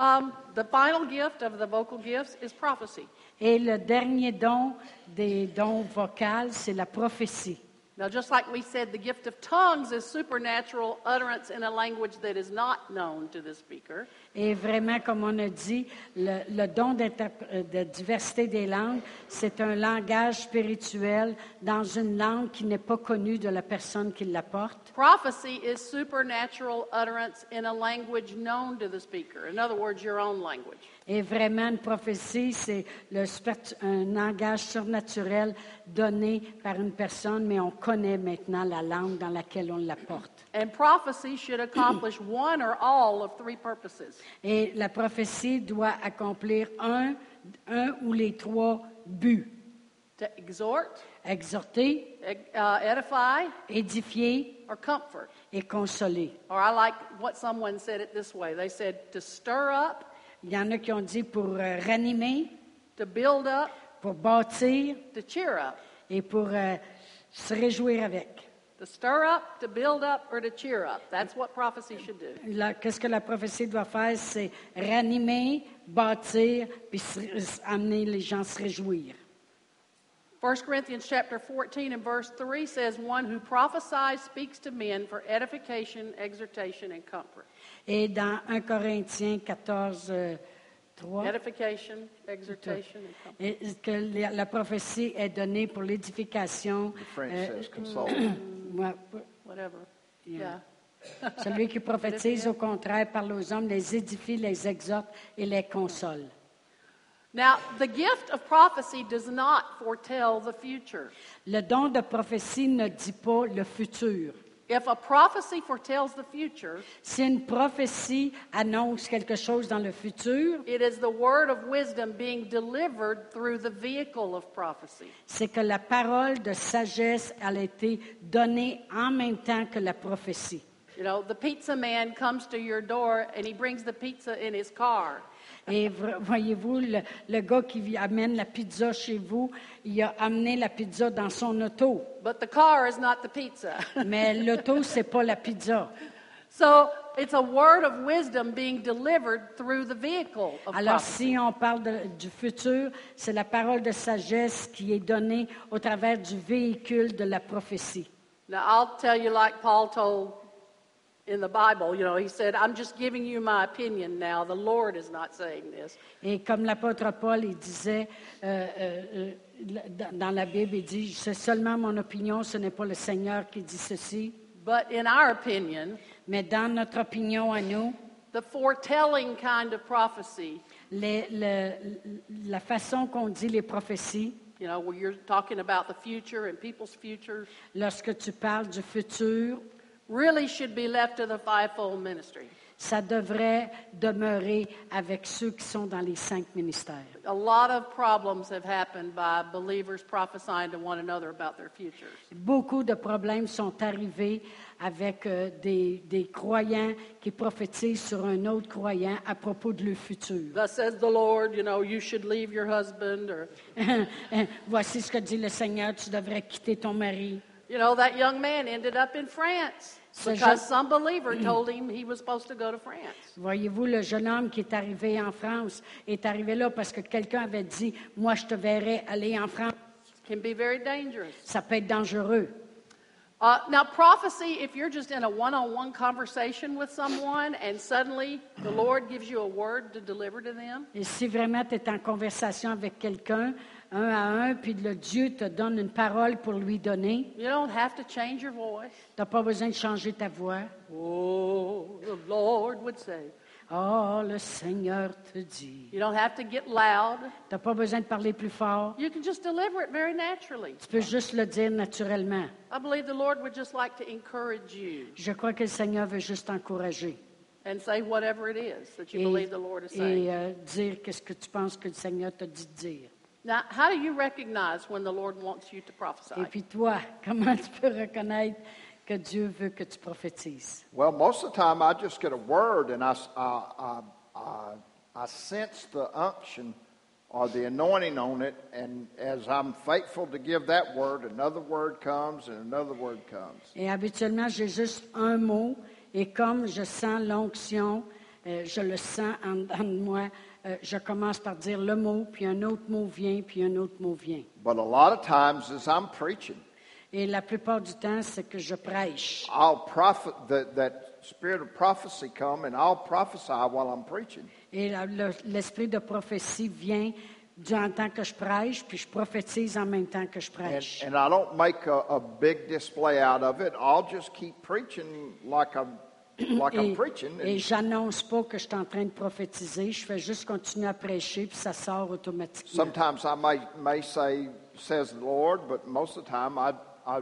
S3: Um, the final gift of the vocal gifts is prophecy.
S2: Et le dernier don des dons vocaux, c'est la prophétie.
S3: Now, just like we said, the gift of tongues is supernatural utterance in a language that is not known to the speaker.
S2: Et vraiment, comme on a dit, le, le don d'interpr- euh, de diversité des langues, c'est un langage spirituel dans une langue qui n'est pas connue de la personne qui l'apporte.
S3: Prophecy is supernatural utterance in a language known to the speaker. In other words, your own language.
S2: Et vraiment, une prophétie, c'est le spir- un langage surnaturel donné par une personne, mais on connaît maintenant la langue dans laquelle on l'apporte.
S3: And prophecy should accomplish one or all of three purposes.
S2: Et la prophétie doit accomplir un, un ou les trois buts.
S3: to exhort,
S2: Exhorter,
S3: uh, edify,
S2: édifier
S3: or comfort.
S2: et consoler.
S3: Or I like what someone said it this way. They said to stir up,
S2: Il y en a qui ont dit pour euh, ranimer,
S3: to build up,
S2: pour bâtir
S3: to cheer up.
S2: et pour euh, se réjouir avec.
S3: To stir up, to build up, or to cheer up. That's what prophecy should do.
S2: La- Qu'est-ce que la prophétie doit faire? C'est ranimer, bâtir, puis se- s- amener les gens à se réjouir.
S3: 1 Corinthians chapter 14 and verse 3 says, One who prophesies speaks to men for edification, exhortation, and comfort.
S2: Et dans 1 Corinthiens 14, euh, 3,
S3: Edification, exhortation, and comfort.
S2: et- et que la, la prophétie est donnée pour l'édification.
S1: The French
S2: euh,
S1: says console.
S2: ouais,
S3: Whatever.
S2: Yeah.
S3: Yeah.
S2: celui qui prophétise, au contraire, parle aux hommes, les édifie, les exhorte et les console.
S3: Now, the gift of prophecy does not foretell the future.
S2: Le don de prophétie ne dit pas le futur.
S3: If a prophecy foretells the future,
S2: Si une prophétie annonce quelque chose dans le futur,
S3: it is the word of wisdom being delivered through the vehicle of prophecy.
S2: c'est que la parole de sagesse elle a été donnée en même temps que la prophétie.
S3: You know, the pizza man comes to your door and he brings the pizza in his car.
S2: Et vr- voyez-vous, le, le gars qui vi- amène la pizza chez vous, il a amené la pizza dans son auto.
S3: But the car is not the pizza.
S2: Mais l'auto, c'est pas la pizza.
S3: so it's a word of wisdom being delivered through the vehicle of
S2: Alors,
S3: prophecy.
S2: si on parle de- du futur, c'est la parole de sagesse qui est donnée au travers du véhicule de la prophétie.
S3: Now, I'll tell you, like Paul told in the Bible, you know, he said, I'm just giving you my opinion now. The Lord is not saying this.
S2: Et comme l'apôtre Paul il disait, euh, euh, euh, le- dans- dans la Bible, il dit, c'est seulement mon opinion, ce n'est pas le Seigneur qui dit ceci.
S3: But in our opinion,
S2: Mais dans notre opinion à nous,
S3: the foretelling kind of prophecy,
S2: les- le- la façon qu'on dit les prophéties,
S3: you know, where you're talking about the future and people's futures,
S2: lorsque tu parles du futur,
S3: really should be left to the fivefold ministry.
S2: ça devrait demeurer avec ceux qui sont dans les cinq ministères.
S3: A lot of problems have happened by believers prophesying to one another about their futures.
S2: Beaucoup de problèmes sont arrivés avec euh, des, des croyants qui prophétisent sur un autre croyant à propos de leur futur.
S3: Thus says the Lord, you know, you should leave your husband, or,
S2: Voici ce que dit le Seigneur, tu devrais quitter ton mari.
S3: you know, that young man ended up in France
S2: Ce
S3: because
S2: jeune-
S3: some believer told him he was supposed to go to France.
S2: Voyez-vous, le jeune homme qui est arrivé en France est arrivé là parce que quelqu'un avait dit, moi je te verrai aller en France.
S3: Can be very dangerous.
S2: Ça peut être dangereux.
S3: Uh, now, prophecy, if you're just in a one on one conversation with someone and suddenly the Lord gives you a word to deliver to them,
S2: Et si vraiment tu es en conversation avec quelqu'un, un à un, puis le Dieu te donne une parole pour lui donner,
S3: you don't have to change your voice.
S2: tu n'as pas besoin de changer ta voix.
S3: Oh, the Lord would say.
S2: Oh, le Seigneur te dit.
S3: You don't have to get loud.
S2: Tu n'as pas besoin de parler plus fort.
S3: You can just deliver it very naturally.
S2: Tu peux juste le dire naturellement.
S3: I believe the Lord would just like to encourage you
S2: Je crois que le Seigneur veut juste t'encourager
S3: and say whatever it is that you
S2: et,
S3: believe the Lord is saying.
S2: et, euh, dire qu'est-ce que tu penses que le Seigneur t'a dit de dire.
S3: Now, how do you recognize when the Lord wants you to prophesy?
S2: Et puis toi, comment tu peux reconnaître que Dieu veut que tu prophétises?
S1: Well, most of the time I just get a word and I, s- I- I- I- I sense the unction or the anointing on it. And as I'm faithful to give that word, another word comes and another word comes.
S2: Et habituellement, j'ai juste un mot et comme je sens l'onction, euh, je le sens en dedans de moi, euh, je commence par dire le mot, puis un autre mot vient, puis un autre mot vient.
S1: But a lot of times as I'm preaching,
S2: Et la plupart du temps, c'est que je prêche.
S1: I'll prophet, that, that spirit of prophecy come and I'll prophesy while I'm preaching.
S2: Et la- le- l'esprit de prophétie vient durant le temps que je prêche, puis je prophétise en même temps que je
S1: And,
S2: prêche.
S1: and I don't make a, a big display out of it. I'll just keep preaching like I'm, like I'm
S2: Et,
S1: preaching.
S2: et
S1: And,
S2: j'annonce pas que je suis en train de prophétiser, je fais juste continuer à prêcher, puis ça sort automatiquement.
S1: Sometimes I may, may say, says the Lord, but most of the time I, I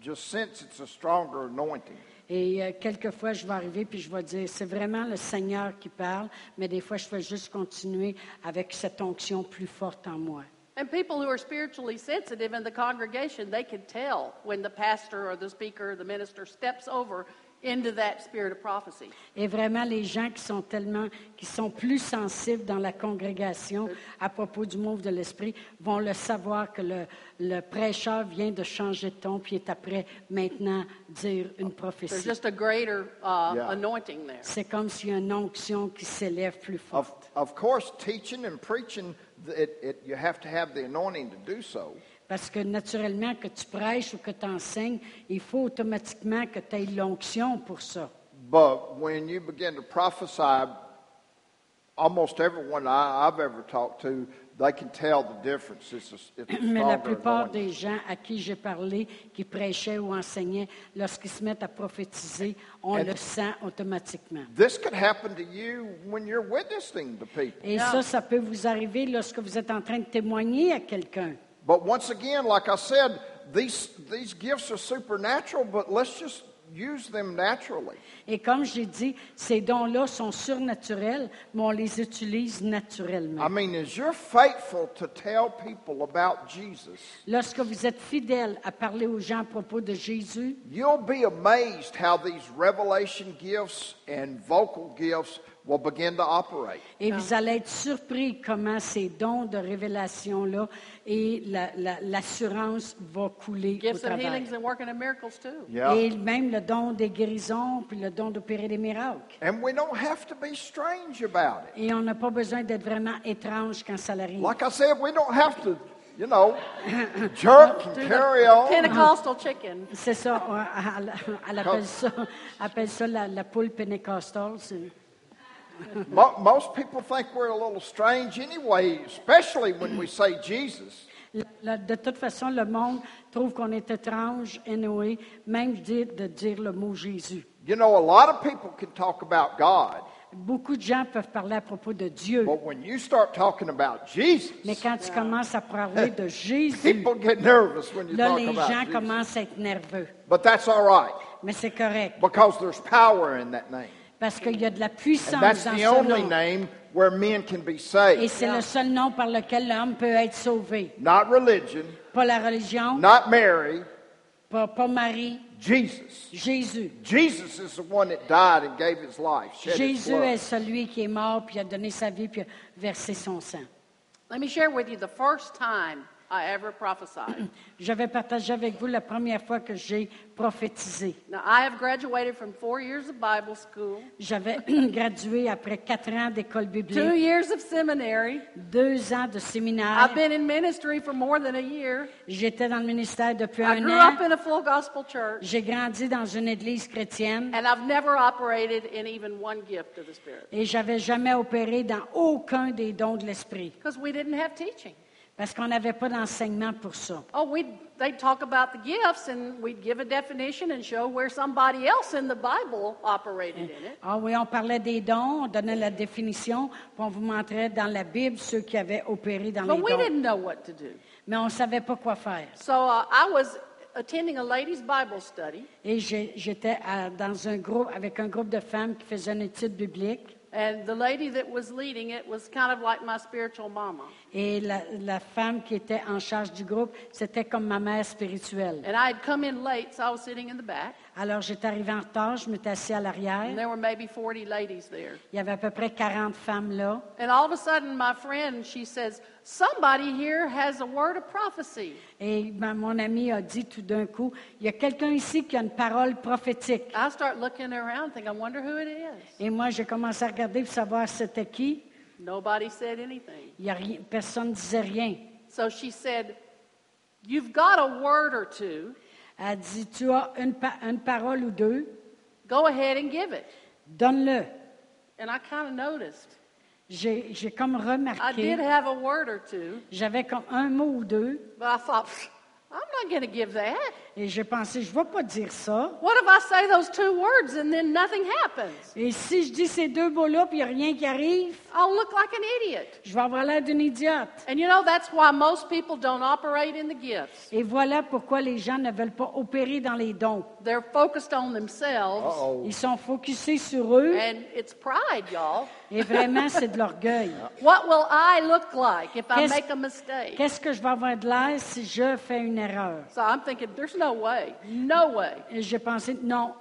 S1: just sense it's a stronger anointing.
S2: Et euh, quelquefois, je vais arriver puis je vais dire, c'est vraiment le Seigneur qui parle, mais des fois, je vais juste continuer avec cette onction plus forte en moi.
S3: And people who are spiritually sensitive in the congregation, they can tell when the pastor or the speaker or the minister steps over into that spirit of prophecy.
S2: Et vraiment, les gens qui sont tellement, qui sont plus sensibles dans la congrégation à propos du mot de l'esprit, vont le savoir que le, le prêcheur vient de changer de ton puis est après maintenant dire une
S3: There's
S2: prophétie.
S3: just a greater uh,
S1: Yeah.
S3: anointing there.
S2: C'est comme s'il y a une onction qui s'élève plus
S1: Of,
S2: forte.
S1: of course, teaching and preaching, it, it, you have to have the anointing to do so.
S2: Parce que naturellement, que tu prêches ou que tu enseignes, il faut automatiquement que tu aies l'onction pour ça.
S1: But when you begin to prophesy, almost everyone I, I've ever talked to, they can tell the difference. It's a, it's a
S2: Mais la
S1: stronger
S2: plupart
S1: anointing.
S2: des gens à qui j'ai parlé, qui prêchaient ou enseignaient, lorsqu'ils se mettent à prophétiser, on
S1: And-
S2: le sent automatiquement.
S1: This could happen to you when you're witnessing to people.
S2: Et ça, ça peut vous arriver lorsque vous êtes en train de témoigner à quelqu'un.
S1: But once again, like I said, these, these gifts are supernatural, but let's just use them naturally.
S2: Et comme j'ai dit, ces dons-là sont surnaturels, mais on les utilise naturellement.
S1: I mean, as you're faithful to tell people about Jesus,
S2: Lorsque vous êtes fidèle à parler aux gens à propos de Jésus,
S1: you'll be amazed how these revelation gifts and vocal gifts will begin to operate.
S2: Et vous allez être surpris comment ces dons de révélation-là et la- la- l'assurance va couler au
S3: Gifts of
S2: travers.
S3: healings and working of miracles, too.
S1: Yeah.
S2: Et même le don des guérisons, puis le don d'opérer des miracles.
S1: And we don't have to be strange about it.
S2: Et on n'a pas besoin d'être vraiment étrange quand ça arrive.
S1: Like I said, we don't have to, you know, jerk and
S3: Do the
S1: carry on.
S3: Pentecostal chicken.
S2: C'est ça, on- elle, elle appelle ça, appelle ça la, la poule pénécostale. c'est-
S1: Mo- Most people think we're a little strange anyway, especially when we say Jesus.
S2: Le- le- de toute façon, le monde trouve qu'on est étrange, anyway, même dire, de dire le mot Jésus.
S1: You know, a lot of people can talk about God,
S2: Beaucoup de gens peuvent parler à propos de Dieu,
S1: but when you start talking about Jesus,
S2: mais quand tu commences à parler de Jésus,
S1: people get nervous when you
S2: là,
S1: talk
S2: les gens
S1: about Jesus.
S2: commencent à être nerveux.
S1: But that's all right
S2: Mais c'est correct,
S1: because there's power in that name.
S2: parce qu'il y a de la
S1: And
S2: puissance
S1: that's
S2: dans
S1: the
S2: ce
S1: only
S2: nom.
S1: name where men can be
S2: Et
S1: saved.
S2: c'est le seul nom par lequel l'homme peut être sauvé.
S1: Not religion,
S2: Pas la religion,
S1: not Mary,
S2: pas, pas Marie,
S1: Jesus.
S2: Jésus.
S1: Jesus is the one that died and gave his life. shed his
S2: Jésus
S1: blood.
S2: est celui qui est mort, puis a donné sa vie, puis a versé son sang.
S3: Let me share with you the first time I ever prophesied.
S2: Je vais partager avec vous la première fois que j'ai prophétisé.
S3: now, I have graduated from four years of Bible school,
S2: J'avais gradué après quatre ans d'école
S3: two
S2: biblique,
S3: years of seminary.
S2: deux ans de
S3: I've
S2: séminaire.
S3: been in ministry for more than a year.
S2: J'étais dans le ministère depuis
S3: I
S2: un
S3: grew
S2: an.
S3: up in a full gospel church,
S2: J'ai grandi dans une église chrétienne
S3: and I've never operated in even one gift of the Spirit
S2: et j'avais jamais opéré dans aucun des dons de l'esprit
S3: because we didn't have teaching.
S2: parce qu'on n'avait pas d'enseignement pour ça.
S3: Oh, we'd, they'd talk about the gifts, and we'd give a definition and show where somebody else in the Bible operated in it.
S2: Ah oui, on parlait des dons, on donnait la définition, puis on vous montrait dans la Bible ceux qui avaient opéré dans les
S3: But we
S2: dons.
S3: didn't know what to do.
S2: Mais on ne savait pas quoi faire.
S3: So uh, I was attending a ladies' Bible study,
S2: Et j'ai- j'étais à- dans un groupe avec un groupe de femmes qui faisaient une étude biblique.
S3: and the lady that was leading it was kind of like my spiritual mama.
S2: Et la, la femme qui était en charge du groupe, c'était comme ma mère spirituelle.
S3: And I had come in late, so I was sitting in the back,
S2: Alors j'étais arrivée en retard, je m'étais assise à
S3: and
S2: l'arrière.
S3: there were maybe 40 ladies there.
S2: Il y avait à peu près 40 femmes là.
S3: And all of a sudden, my friend, she says, Somebody here has a word of prophecy.
S2: Et ma- mon amie a dit tout d'un coup, il y a quelqu'un ici qui a une parole prophétique.
S3: I start looking around, think, I wonder who it is.
S2: Et moi, j'ai commencé à regarder pour savoir c'était qui.
S3: Nobody said anything.
S2: Il y a rien- personne ne disait rien.
S3: So she said, You've got a word or two.
S2: Elle dit, tu as une, pa- une parole ou deux,
S3: Go ahead and give it.
S2: donne-le.
S3: And I kind of noticed.
S2: J'ai j'ai comme
S3: I
S2: remarqué,
S3: did have a word or two,
S2: j'avais comme un mot ou deux,
S3: but I thought, "Pfft, I'm not going to give that.
S2: et j'ai pensé, je ne vais pas dire ça.
S3: What if I say those two words and then nothing happens?
S2: Et si je dis ces deux mots-là, puis il n'y a rien qui arrive,
S3: I'll look like an idiot.
S2: je vais avoir l'air d'une idiote.
S3: And you know, that's why most people don't operate in the gifts.
S2: Et voilà pourquoi les gens ne veulent pas opérer dans les dons.
S3: They're focused on themselves,
S1: Uh-oh.
S2: Ils sont focusés sur eux,
S3: and it's pride, y'all.
S2: et vraiment, c'est de l'orgueil.
S3: What will I look like if I
S2: Qu'est-ce-
S3: make a mistake?
S2: Qu'est-ce que je vais avoir de l'air si je fais une erreur?
S3: So I'm thinking, there's no way, no way.
S2: Et j'ai pensé, non,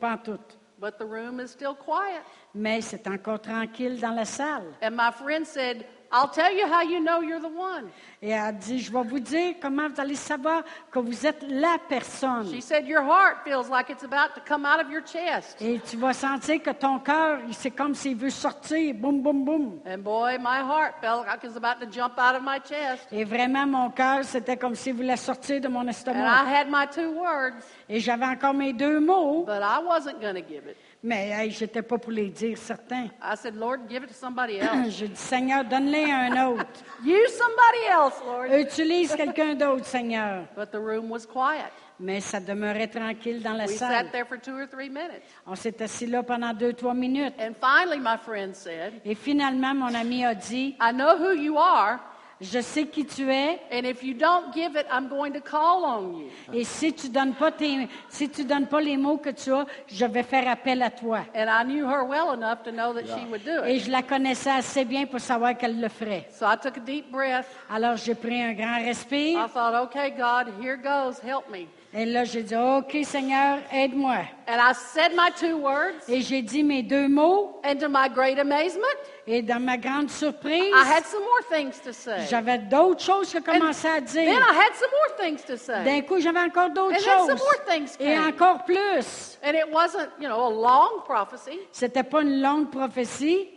S2: pas en tout.
S3: But the room is still quiet.
S2: Mais c'est encore tranquille dans la salle.
S3: And my friend said, I'll tell you how you know you're the one.
S2: Et elle dit, je vais vous dire comment vous allez savoir que vous êtes la personne.
S3: She said, Your heart feels like it's about to come out of your chest.
S2: Et tu vas sentir que ton cœur, il- c'est comme s'il veut sortir, boum, boum, boum.
S3: And boy, my heart felt like it was about to jump out of my chest.
S2: Et vraiment, mon cœur, c'était comme s'il voulait sortir de mon
S3: And I
S2: estomac.
S3: had my two words,
S2: Et j'avais encore mes deux mots,
S3: but I wasn't going to give it.
S2: mais hey, j'étais pas pour les dire certains.
S3: I said, Lord, give it to somebody else.
S2: J'ai dit, Seigneur, donne-les à un autre.
S3: Use somebody else, Lord.
S2: Utilise quelqu'un d'autre, Seigneur.
S3: But the room was quiet.
S2: Mais ça demeurait tranquille dans la
S3: We
S2: salle.
S3: sat there for two or three minutes.
S2: On s'est assis là pendant deux, trois minutes.
S3: And finally, my friend said,
S2: Et finalement, mon ami a dit,
S3: I know who you are,
S2: je sais qui tu es,
S3: and if you don't give it, I'm going to call on you.
S2: et si tu donnes pas tes, si tu donnes pas les mots que tu as, je vais faire appel à toi.
S3: And I knew her well enough to know that she would do
S2: Et
S3: it.
S2: je la connaissais assez bien pour savoir qu'elle le ferait.
S3: So I took a deep breath.
S2: Alors j'ai pris un grand
S3: I
S2: respire
S3: thought, okay, God, here goes, help me.
S2: et là j'ai dit OK Seigneur, aide-moi.
S3: And I said my two words,
S2: Et j'ai dit mes deux mots
S3: and to my great amazement,
S2: et dans ma grande surprise,
S3: I had some more things to say.
S2: j'avais d'autres choses que
S3: And
S2: commençaient à
S3: Then I
S2: dire.
S3: had some more things to say.
S2: D'un coup, j'avais encore d'autres
S3: And then some more
S2: choses
S3: things
S2: et
S3: came.
S2: encore plus.
S3: And it wasn't, you know, a long prophecy,
S2: C'était pas une longue prophétie,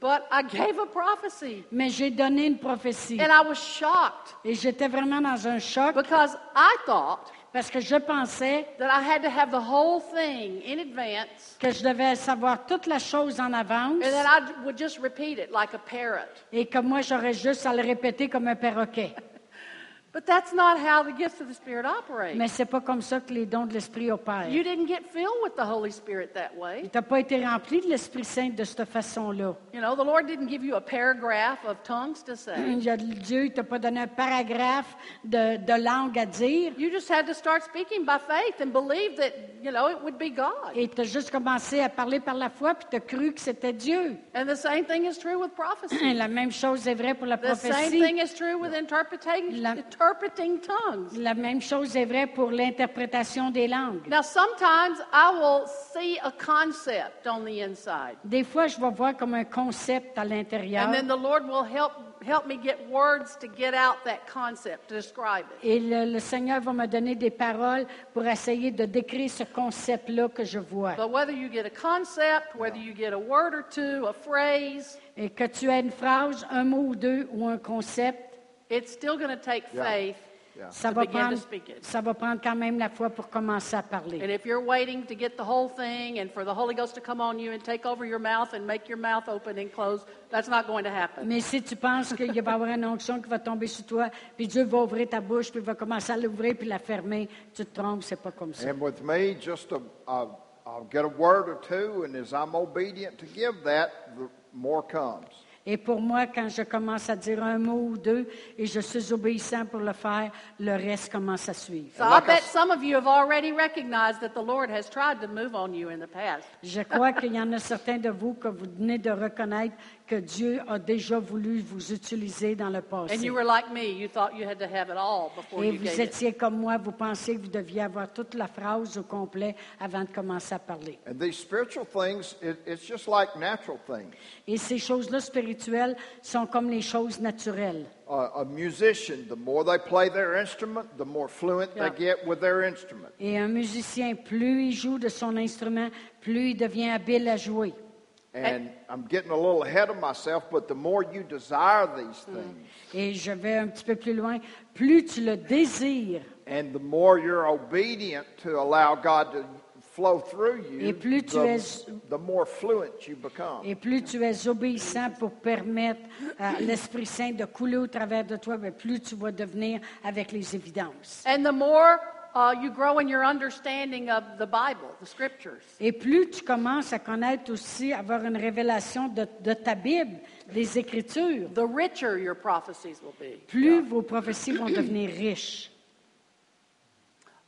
S3: but I gave a prophecy.
S2: mais j'ai donné une prophétie.
S3: And I was shocked
S2: Et j'étais vraiment dans un choc
S3: because I thought
S2: parce que je pensais
S3: that I had to have the whole thing in advance
S2: que je devais savoir toute la chose en avance
S3: and that I would just repeat it like a parrot.
S2: et que moi, j'aurais juste à le répéter comme un perroquet.
S3: But that's not how the gifts of the Spirit operate.
S2: Mais c'est pas comme ça que les dons de l'Esprit opèrent.
S3: You didn't get filled with the Holy Spirit that way.
S2: Tu n'as pas été rempli de l'Esprit Saint de cette façon-là.
S3: You know, the Lord didn't give you a paragraph of tongues to say.
S2: Il y a- Dieu ne t'a pas donné un paragraphe de, de langue à dire.
S3: You just had to start speaking by faith and believe that, you know, it would be God.
S2: Et tu as juste commencé à parler par la foi, puis tu as cru que c'était Dieu.
S3: And the same thing is true with prophecy.
S2: La même chose est vraie pour la
S3: The same
S2: prophétie.
S3: thing is true with interpreting,
S2: La-
S3: interpreting tongues.
S2: La même chose est vraie pour l'interprétation des langues.
S3: Now, sometimes I will see a concept on the inside,
S2: Des fois, je vais voir comme un concept à l'intérieur.
S3: and then the Lord will help help me get words to get out that concept to describe it.
S2: Et le, le Seigneur va me donner des paroles pour essayer de décrire ce concept-là que je vois.
S3: But whether you get a concept, whether you get a word or two, a phrase,
S2: Et que tu aies une phrase, un mot ou deux ou un concept,
S3: it's still going to take
S1: Yeah.
S3: faith.
S1: Yeah.
S2: ça
S3: To
S2: va,
S3: begin to
S2: prendre,
S3: speak it.
S2: ça va prendre quand même la foi pour commencer à
S3: And
S2: parler.
S3: if you're waiting to get the whole thing and for the Holy Ghost to come on you and take over your mouth and make your mouth open and close, that's not going to happen.
S2: Mais si tu penses qu'il va y avoir une onction qui va tomber sur toi, puis Dieu va ouvrir ta bouche, puis va commencer à l'ouvrir, puis la fermer, tu te trompes, c'est pas comme ça.
S1: And with me, just a, a, I'll get a word or two, and as I'm obedient to give that, the more comes.
S2: Et pour moi, quand je commence à dire un mot ou deux et je suis obéissant pour le faire, le reste commence à suivre.
S3: So
S1: And
S3: I
S1: like I
S3: bet
S1: s-
S3: some of you have already recognized that the Lord has tried to move on you in the past.
S2: Je crois qu'il y en a certains de vous que vous venez de reconnaître que Dieu a déjà voulu vous utiliser dans le
S3: And
S2: passé.
S3: you were like me. You thought you had to have it all before
S2: Et
S3: you
S2: vous
S3: gave it.
S2: étiez comme moi, vous pensiez que vous deviez avoir toute la phrase au complet avant de commencer à parler.
S1: And these spiritual things, it, it's just like natural things.
S2: Et ces choses-là spirituelles sont comme les choses naturelles.
S1: Uh, a musician, the more they play their instrument, the more fluent
S3: Yeah.
S1: they get with their instrument.
S2: Et un musicien, plus il joue de son instrument, plus il devient habile à jouer.
S1: And I'm getting a little ahead of myself, but the more you desire these things,
S2: Et je vais un petit peu plus loin. Plus tu le désires
S1: and the more you're obedient to allow God to flow through you,
S2: Et plus tu
S1: the,
S2: es-
S1: the more fluent you become.
S2: et plus tu es obéissant pour permettre à l'Esprit Saint de couler au travers de toi, ben, plus tu vas devenir avec les évidences.
S3: And the more uh, you grow in your understanding of the Bible, the scriptures.
S2: Et plus tu commences à connaître aussi, avoir une révélation de, de ta Bible, des Écritures,
S3: the richer your prophecies will be.
S2: plus vos prophéties vont devenir riches.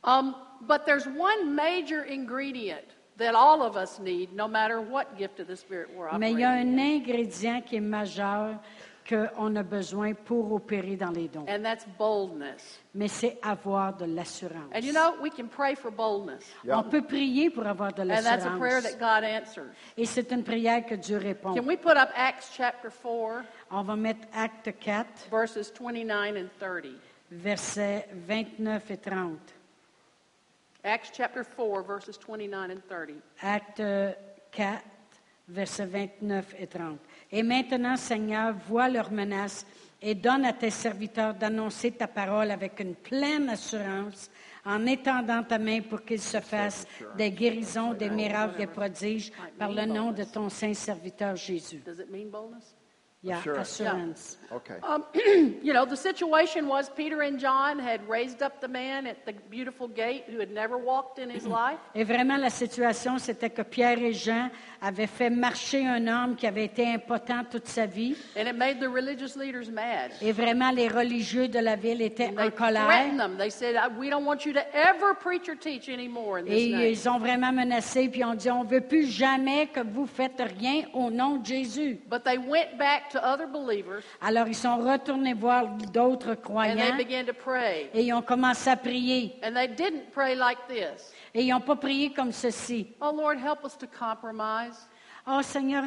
S3: Um, but there's one major ingredient that all of us need, no matter what gift of the Spirit we're
S2: Mais
S3: operating.
S2: il y a
S3: in,
S2: un ingrédient qui est majeur qu'on a besoin pour opérer dans les dons.
S3: and that's boldness.
S2: Mais c'est avoir de l'assurance.
S3: And you know, we can pray for boldness.
S1: Yeah.
S2: On peut prier pour avoir de
S3: And that's a prayer
S2: l'assurance.
S3: that God answers.
S2: Et c'est une prière que Dieu répond.
S3: Can we put up Acts chapter 4,
S2: On va mettre acte 4,
S3: verses 29 and 30?
S2: versets 29 et 30.
S3: Acts chapter 4, verses 29 and 30.
S2: Acte 4, versets 29 et 30. Et maintenant, Seigneur, vois leurs menaces et donne à tes serviteurs d'annoncer ta parole avec une pleine assurance en étendant ta main pour qu'ils se fassent des guérisons, des miracles, des prodiges par le nom de ton saint serviteur Jésus.
S3: Does it mean boldness?
S2: Il y a
S1: Assurance.
S2: assurance.
S1: Okay.
S3: Um, you know, the situation was Peter and John had raised up the man at the beautiful gate who had never walked in his life.
S2: Et vraiment, la situation, c'était que Pierre et Jean avaient fait marcher un homme qui avait été impotent toute sa vie.
S3: And it made the religious leaders mad.
S2: Et vraiment, les religieux de la ville étaient
S3: And
S2: en
S3: they
S2: colère.
S3: threatened them. They said, "Uh, "We don't want you to ever preach or teach anymore in this
S2: Et
S3: name."
S2: ils ont vraiment menacé, puis ont dit, on ne veut plus jamais que vous faites rien au nom de Jésus.
S3: But they went back to other believers
S2: Alors, ils sont retournés voir d'autres
S3: and they
S2: croyants
S3: began to pray.
S2: et ils ont commencé à prier.
S3: And they didn't pray like this.
S2: Et ils n'ont pas prié comme ceci.
S3: Oh Lord, help us to compromise.
S2: Oh Seigneur,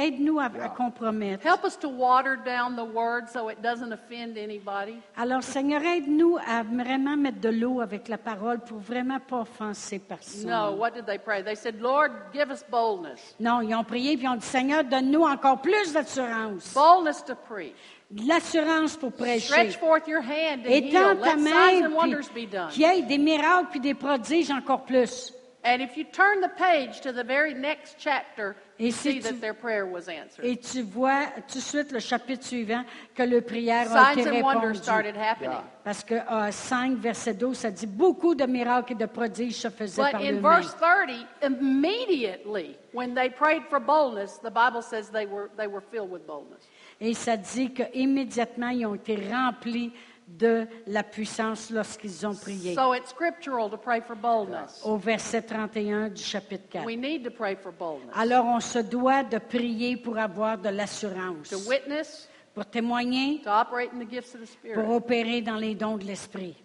S2: aide-nous à, à compromettre.
S3: Help us to water down the word so it doesn't offend anybody.
S2: Alors, Seigneur, aide-nous à vraiment mettre de l'eau avec la parole pour vraiment pas offenser personne.
S3: No, what did they pray? They said, "Lord, give us boldness.
S2: Non, ils ont prié puis ils ont dit Seigneur, donne-nous encore plus d'assurance.
S3: Boldness to preach.
S2: De l'assurance pour prêcher.
S3: Stretch forth your hand and heal.
S2: Étends ta
S3: Let signs
S2: main
S3: and wonders be
S2: puis
S3: done."
S2: qu'il y ait des miracles puis des prodiges encore plus.
S3: And if you turn the page to the very next chapter,
S2: Et
S3: you
S2: si
S3: see
S2: tu-
S3: that their prayer was answered.
S2: Et tu vois tout de suite le chapitre suivant que le prière a
S3: Signs
S2: été
S3: and wonders
S2: répondu.
S3: started happening.
S2: Parce que euh, 5, verset 12, ça dit beaucoup de miracles et de prodiges se faisaient
S3: But
S2: par
S3: in
S2: eux-mêmes.
S3: verse 30, immediately when they prayed for boldness, the Bible says they were, they were filled with boldness.
S2: Et ça dit qu'immédiatement, ils ont été remplis de la puissance lorsqu'ils ont prié.
S3: So it's scriptural to pray for boldness.
S2: Au verset 31 du chapitre 4.
S3: We need to pray for boldness
S2: Alors, on se doit de prier pour avoir de l'assurance,
S3: to witness,
S2: pour témoigner,
S3: to operate in the gifts of the
S2: pour
S3: Spirit.
S2: opérer dans les dons de l'esprit.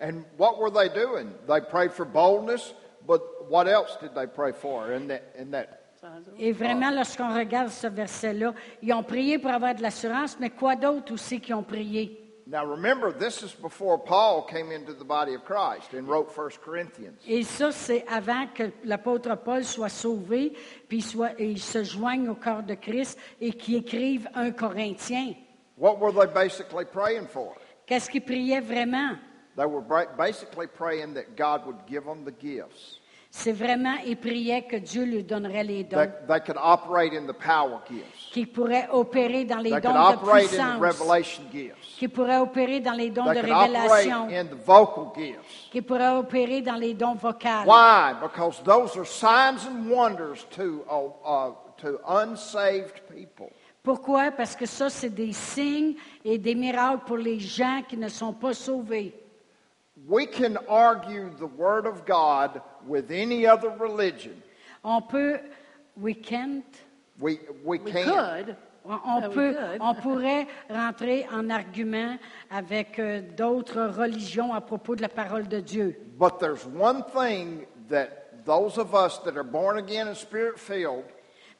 S1: And what were they doing? They prayed for boldness, but what else did they pray for in that, in that
S3: Signs and-
S2: Et vraiment, lorsqu'on regarde ce verset-là, ils ont prié pour avoir de l'assurance, mais quoi d'autre aussi qu'ils ont prié?
S1: Now remember, this is before Paul came into the body of Christ and wrote 1 Corinthians.
S2: Et ça, c'est avant que l'apôtre Paul soit sauvé, puis soit, et il se joigne au corps de Christ et qu'il écrive un Corinthien.
S1: What were they basically praying for?
S2: Qu'est-ce qu'il priait vraiment?
S1: They were bra- basically praying that God would give them the gifts,
S2: C'est vraiment, il priait que Dieu lui donnerait les dons,
S1: that they could operate in the power gifts,
S2: qu'il pourrait opérer dans les
S1: they
S2: dons
S1: could
S2: de
S1: operate in the
S2: puissance,
S1: revelation gifts,
S2: qu'il pourrait opérer dans les dons
S1: they
S2: de
S1: could operate
S2: révélation,
S1: in the vocal gifts.
S2: qu'il pourrait opérer dans les dons vocaux.
S1: Why? Because those are signs and wonders to, uh, uh, to unsaved people.
S2: Pourquoi? Parce que ça, c'est des signes et des miracles pour les gens qui ne sont pas sauvés.
S1: We can argue the Word of God with any other religion.
S2: On peut, we can't,
S1: We, we,
S3: We
S1: can.
S3: could.
S2: on, on
S3: No, Ah, we
S2: peut,
S3: could.
S2: on pourrait rentrer en argument avec euh, d'autres religions à propos de la parole de Dieu.
S1: But there's one thing that those of us that are born again and spirit filled,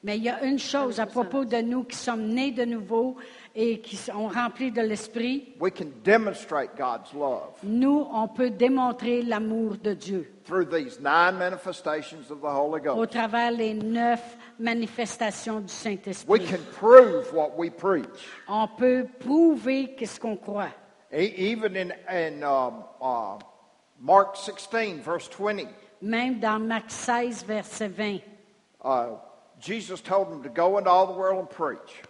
S2: Mais il y a une chose à propos de nous qui sommes nés de nouveau et qui sont remplis de l'Esprit,
S1: we can demonstrate God's love
S2: nous, on peut démontrer l'amour de Dieu
S1: through these nine manifestations of the Holy
S2: au
S1: Ghost.
S2: travers les neuf manifestations du
S1: We
S2: Saint-Esprit.
S1: can prove what we preach.
S2: On peut prouver qu'est-ce qu'on croit.
S1: E- even in, in um, uh, Mark 16, verse 20,
S2: Même dans Marc 16, verset 20,
S1: uh, Jesus told them to go into all the world and preach.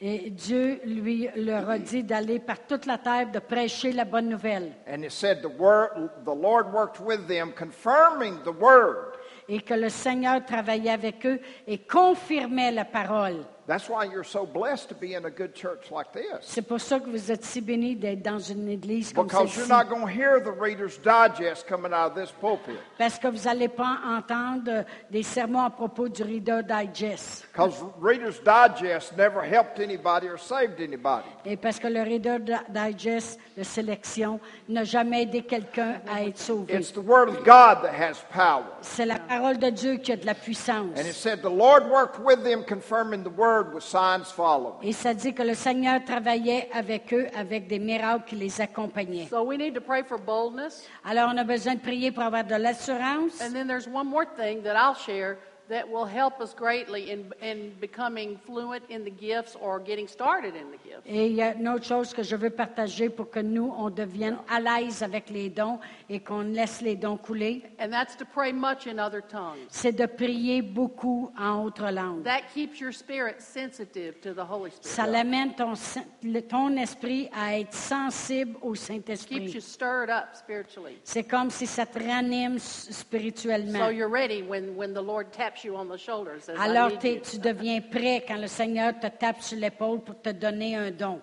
S2: et Dieu lui leur a dit d'aller par toute la terre, de prêcher la bonne nouvelle,
S1: And it said the, word, the Lord worked with them, confirming the word.
S2: et que le Seigneur travaillait avec eux et confirmait la parole.
S1: That's why you're so blessed to be in a good church like this.
S2: C'est pour ça que vous êtes si bénis d'être dans une église comme
S1: Because you're
S2: celle-ci.
S1: not going to hear the Reader's Digest coming out of this pulpit.
S2: Parce que vous n'allez pas entendre euh, des sermons à propos du Reader Digest.
S1: Because Reader's Digest never helped anybody or saved anybody.
S2: Et parce que le Reader Di- Digest de sélection n'a jamais aidé quelqu'un à être sauvé.
S1: It's the Word of God that has power.
S2: C'est la parole de Dieu qui a de la puissance.
S1: And it said, The Lord worked with them, confirming the Word with signs following.
S2: Et ça dit que le Seigneur travaillait avec eux avec des miracles qui les accompagnaient.
S3: So we need to pray for boldness.
S2: Alors on a besoin de prier pour avoir de l'assurance.
S3: And then there's one more thing that I'll share that will help us greatly in, in becoming fluent in the gifts or getting started in the gifts.
S2: Et il y a une autre chose que je veux partager pour que nous, on devienne à l'aise avec les dons et qu'on laisse les dons couler,
S3: And that's to pray much in other tongues.
S2: c'est de prier beaucoup en autre langue.
S3: That keeps your spirit sensitive to the Holy
S2: Ça
S3: Spirit.
S2: l'amène ton, sen- le- ton esprit à être sensible au
S3: Keeps you
S2: Saint-Esprit.
S3: stirred up spiritually.
S2: C'est comme si ça te ranime s-
S3: So
S2: spirituellement.
S3: you're ready when, when the Lord taps you on the shoulder and says, I
S2: Alors
S3: need
S2: t'es-
S3: you."
S2: tu deviens prêt quand le Seigneur te tape sur l'épaule pour te donner un don.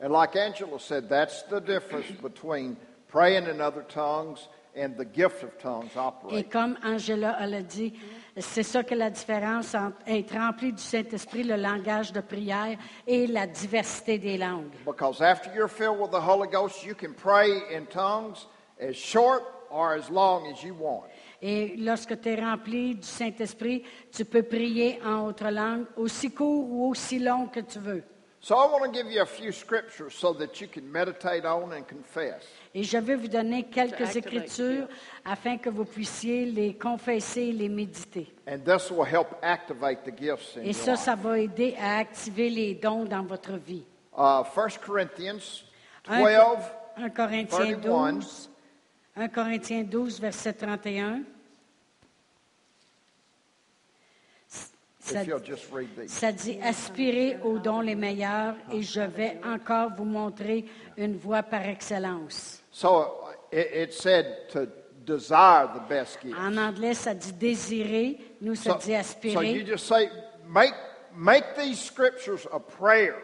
S1: And like Angela said, that's the difference between praying in other tongues and the gift of tongues
S2: Et
S1: operating.
S2: comme Angela elle a dit, c'est ça que la différence entre être rempli du Saint-Esprit, le langage de prière et la diversité des langues.
S1: Because after you're filled with the Holy Ghost, you can pray in tongues as short or as long as you want.
S2: Et lorsque tu es rempli du Saint-Esprit, tu peux prier en autre langue, aussi court ou aussi long que tu veux.
S1: So I want to give you a few scriptures so that you can meditate on and confess.
S2: Et je vais vous donner quelques
S3: activate
S2: écritures afin que vous puissiez les confesser et les méditer.
S1: And this will help activate the gifts in
S2: Et
S1: you.
S2: ça, ça va aider à activer les dons dans votre vie.
S1: Uh, 1 Corinthians
S2: 1
S1: 12,
S2: 1 Corinthiens
S1: 31.
S2: 12, 1 Corinthiens 12, verset 31. Ça,
S1: if you'll just read these.
S2: ça dit aspirez aux dons les meilleurs et je vais encore vous montrer une voie par excellence.
S1: So uh, it, it said to desire the best gifts.
S2: En anglais, ça dit désirer. Nous, ça
S1: So,
S2: dit
S1: so you
S2: aspirer.
S1: just say, make, make these scriptures a prayer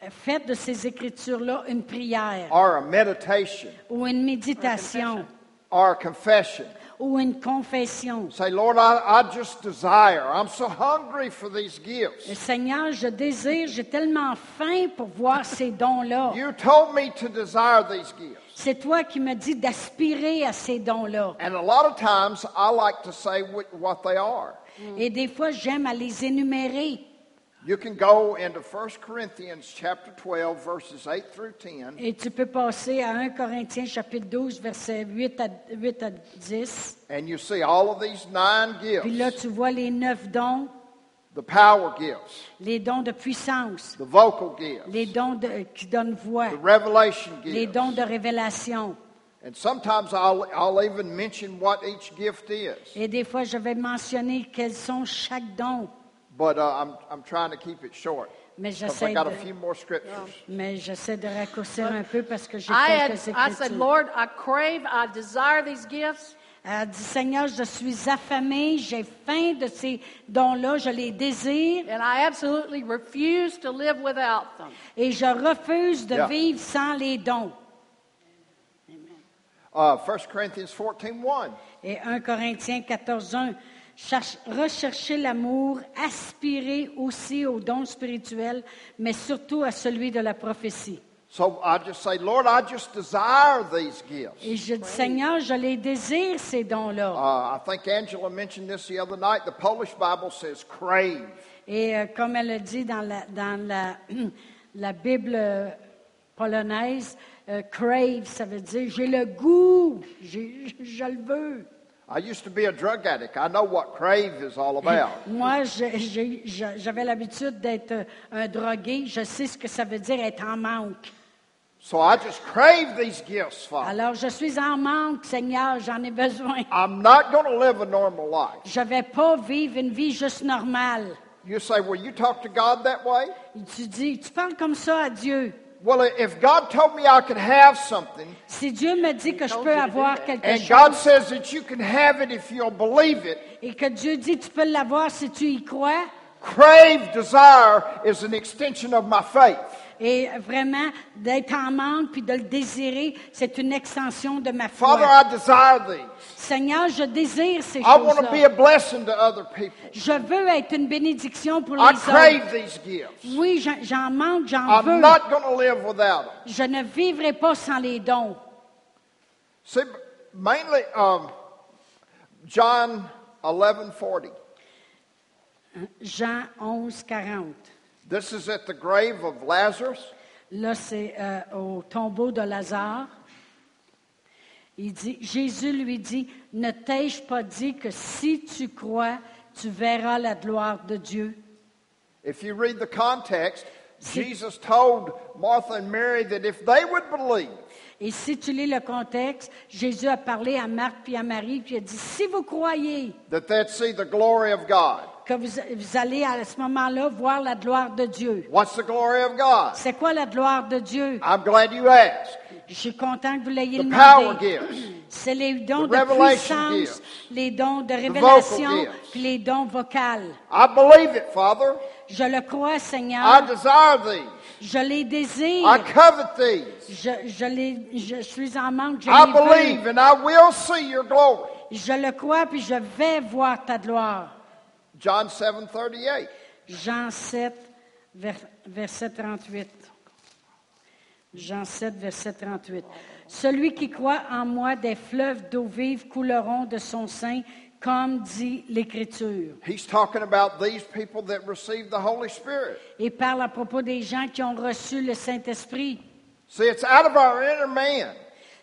S2: Euh, Faites de ces écritures-là une prière
S1: or a meditation
S2: ou une méditation
S1: or a confession.
S2: ou une confession.
S1: Say, Lord, I, I just desire. I'm so hungry for these
S2: Le
S1: gifts.
S2: Seigneur, je désire, j'ai tellement faim pour voir ces dons-là.
S1: You told me to desire these gifts.
S2: C'est toi qui me dis d'aspirer à ces dons-là.
S1: And a lot of times I like to say what, what they are.
S2: Et des fois, j'aime à les énumérer.
S1: You can go into 1 Corinthians chapter 12 verses 8 through 10
S2: Et tu peux passer à 1 Corinthiens chapitre 12, versets 8 à, 8 à 10.
S1: and you see all of these nine
S2: Puis là,
S1: gifts.
S2: tu vois les neuf dons,
S1: The power gifts,
S2: les dons de puissance,
S1: the vocal gifts,
S2: les dons de- qui donnent voix,
S1: the revelation
S2: les dons
S1: gifts.
S2: de révélation.
S1: And sometimes I'll, I'll even mention what each gift is.
S2: Et des fois, je vais mentionner quels sont chaque don.
S1: But uh, I'm, I'm trying to keep it short.
S2: Mais
S1: Because
S2: j'essaie
S1: I got a
S2: de,
S1: few more scriptures.
S2: mais j'essaie de raccourcir un peu parce que j'ai
S3: I
S2: quelques
S3: had, I said,
S2: écritures.
S3: Lord, I crave, I desire these gifts.
S2: Elle dit, Seigneur, je suis affamée, j'ai faim de ces dons-là, je les désire.
S3: And I absolutely refuse to live without them.
S2: Et je refuse de
S1: Yeah.
S2: vivre sans les dons.
S1: Uh, 1 Corinthians 14
S2: Et 1 Corinthiens 14, 1, recherchez l'amour, aspirez aussi aux dons spirituels, mais surtout à celui de la prophétie.
S1: So I just say, Lord, I just desire these gifts.
S2: Et je dis, Seigneur, je les désire, ces dons-là.
S1: Uh, I think Angela mentioned this the other night. The Polish Bible says crave.
S2: Et euh, comme elle le dit dans la, dans la, la Bible euh, polonaise, euh, crave, ça veut dire j'ai le goût, j'ai- je le veux.
S1: I used to be a drug addict. I know what crave is all about.
S2: Moi, je- j'ai- je- j'avais l'habitude d'être euh, un drogué. Je sais ce que ça veut dire être en manque.
S1: So I just crave these gifts, Father.
S2: Alors, je suis en manque, Seigneur, j'en ai besoin.
S1: I'm not going to live a normal life.
S2: Je ne vais pas vivre une vie juste normale.
S1: You say, well, you talk to God that way?
S2: Et tu dis, tu parles comme ça à Dieu.
S1: Well, if God told me I could have something,
S2: Si Dieu me dit que je peux avoir quelque
S1: and God
S2: chose
S1: says that you can have it if you'll believe it,
S2: et que Dieu dit tu peux l'avoir si tu y crois,
S1: crave desire is an extension of my faith.
S2: et vraiment d'être en manque puis de le désirer, c'est une extension de ma foi.
S1: Father, I desire these.
S2: Seigneur, je désire ces
S1: I want to be
S2: choses-là.
S1: a blessing to other people.
S2: Je veux être une bénédiction pour les
S1: I
S2: autres.
S1: crave these gifts.
S2: Oui, j'en- j'en manque, j'en
S1: I'm
S2: veux.
S1: not going to live without them.
S2: Je ne vivrai pas sans les dons.
S1: See, mainly um, John 11:40.
S2: Jean 11, 40.
S1: This is at the grave of Lazarus.
S2: Là, c'est euh, au tombeau de Lazare. Il dit, Jésus lui dit, ne t'ai-je pas dit que si tu crois, tu verras la gloire de Dieu?
S1: If you read the context, Jesus told Martha and Mary that if they would believe,
S2: Et si tu lis le contexte, Jésus a parlé à Marthe puis à Marie, puis il a dit, si vous croyez
S1: that they'd see the glory of God.
S2: que vous, vous allez à ce moment-là voir la gloire de Dieu.
S1: What's the glory of God?
S2: C'est quoi la gloire de Dieu?
S1: I'm glad you asked.
S2: Je suis content que vous l'ayez
S1: The power
S2: demandé.
S1: gifts,
S2: C'est les dons
S1: The
S2: de
S1: revelation
S2: puissance,
S1: gifts.
S2: les dons de
S1: vocal
S2: révélation,
S1: gifts.
S2: puis les dons vocaux.
S1: I believe it, Father.
S2: Je le crois,
S1: I
S2: Seigneur.
S1: desire these.
S2: Je les
S1: I
S2: désire.
S1: covet these.
S2: Je, je les, je suis en manque. Je,
S1: I
S2: les
S1: believe
S2: veux.
S1: and I will see your glory.
S2: je le crois, puis je vais voir ta gloire.
S1: John 7:38.
S2: Jean 7, vers- verset 38. Jean 7, verset 38. Celui qui croit en moi, des fleuves d'eau vive couleront de son sein, comme dit l'Écriture.
S1: He's talking about these people that received the Holy Spirit.
S2: Et parle à propos des gens qui ont reçu le Saint-Esprit.
S1: See, it's out of our inner man.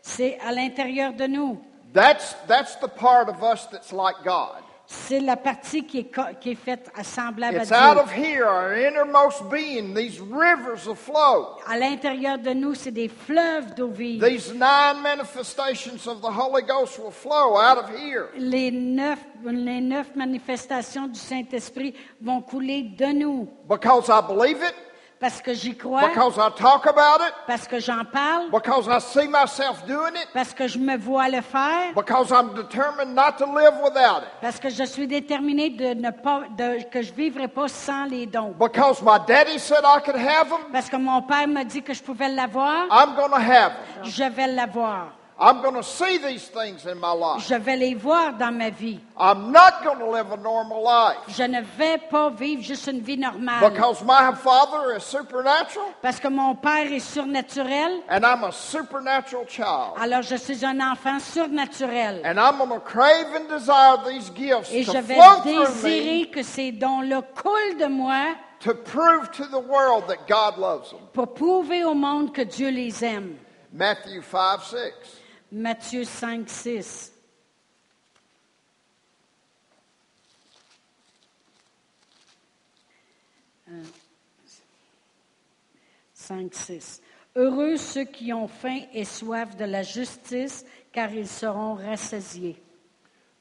S2: C'est à l'intérieur de nous.
S1: That's, that's the part of us that's like God.
S2: C'est la partie qui est, co- qui est faite à semblable
S1: It's
S2: à
S1: out
S2: Dieu.
S1: of here, our innermost being, these rivers of flow.
S2: À l'intérieur de nous, c'est des fleuves d'eau vive.
S1: These nine manifestations of the Holy Ghost will flow out of here.
S2: Les neuf, les neuf manifestations du Saint-Esprit vont couler de nous.
S1: Because I believe it,
S2: Parce que j'y crois,
S1: because I talk about it,
S2: parce que j'en parle,
S1: because I see myself doing it,
S2: parce que je me vois le faire,
S1: because I'm determined not to live without it,
S2: parce que je suis déterminée de ne pas, de- que je vivrai pas sans les dons.
S1: because my daddy said I could have them,
S2: Parce que mon père m'a dit que je pouvais l'avoir,
S1: I'm going to have them.
S2: je vais l'avoir.
S1: I'm going to see these things in my life.
S2: Je vais les voir dans ma vie.
S1: I'm not going to live a normal life
S2: Je ne vais pas vivre juste une vie normale.
S1: because my father is supernatural
S2: Parce que mon père est surnaturel,
S1: and I'm a supernatural child.
S2: alors je suis un enfant surnaturel.
S1: And I'm going to crave and desire these gifts
S2: Et je
S1: to
S2: vais
S1: flow through me
S2: désirer que ces dons-là coulent de moi
S1: to prove to the world that God loves them.
S2: pour prouver au monde que Dieu les aime.
S1: Matthew 5 6.
S2: Matthieu 5, 6. Euh, 5, 6. Heureux ceux qui ont faim et soif de la justice, car ils seront rassasiés.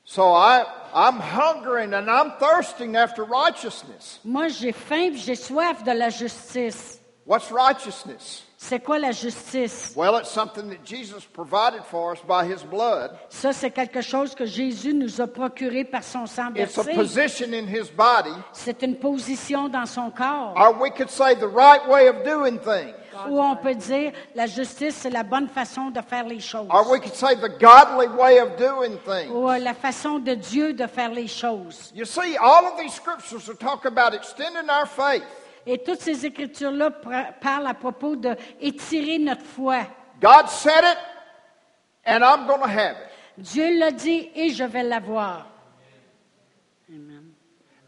S1: So I, I'm hungering and I'm thirsting after righteousness.
S2: Moi, j'ai faim et j'ai soif de la justice.
S1: What's righteousness?
S2: C'est quoi la justice?
S1: Well, it's something that Jesus provided for us by his blood.
S2: Ça, c'est quelque chose que Jésus nous a procuré par son sang
S1: It's a
S2: versé.
S1: position in his body,
S2: C'est une position dans son corps.
S1: or we could say the right way of doing things,
S2: Ou on peut dire, la justice, c'est la bonne façon de faire les choses.
S1: or we could say the godly way of doing things.
S2: Ou euh, la façon de Dieu de faire les choses.
S1: You see, all of these scriptures are talking about extending our faith.
S2: Et toutes ces écritures-là pr- parlent à propos de étirer notre foi.
S1: God said it, and I'm going to have it.
S2: Dieu l'a dit et je vais l'avoir. Amen.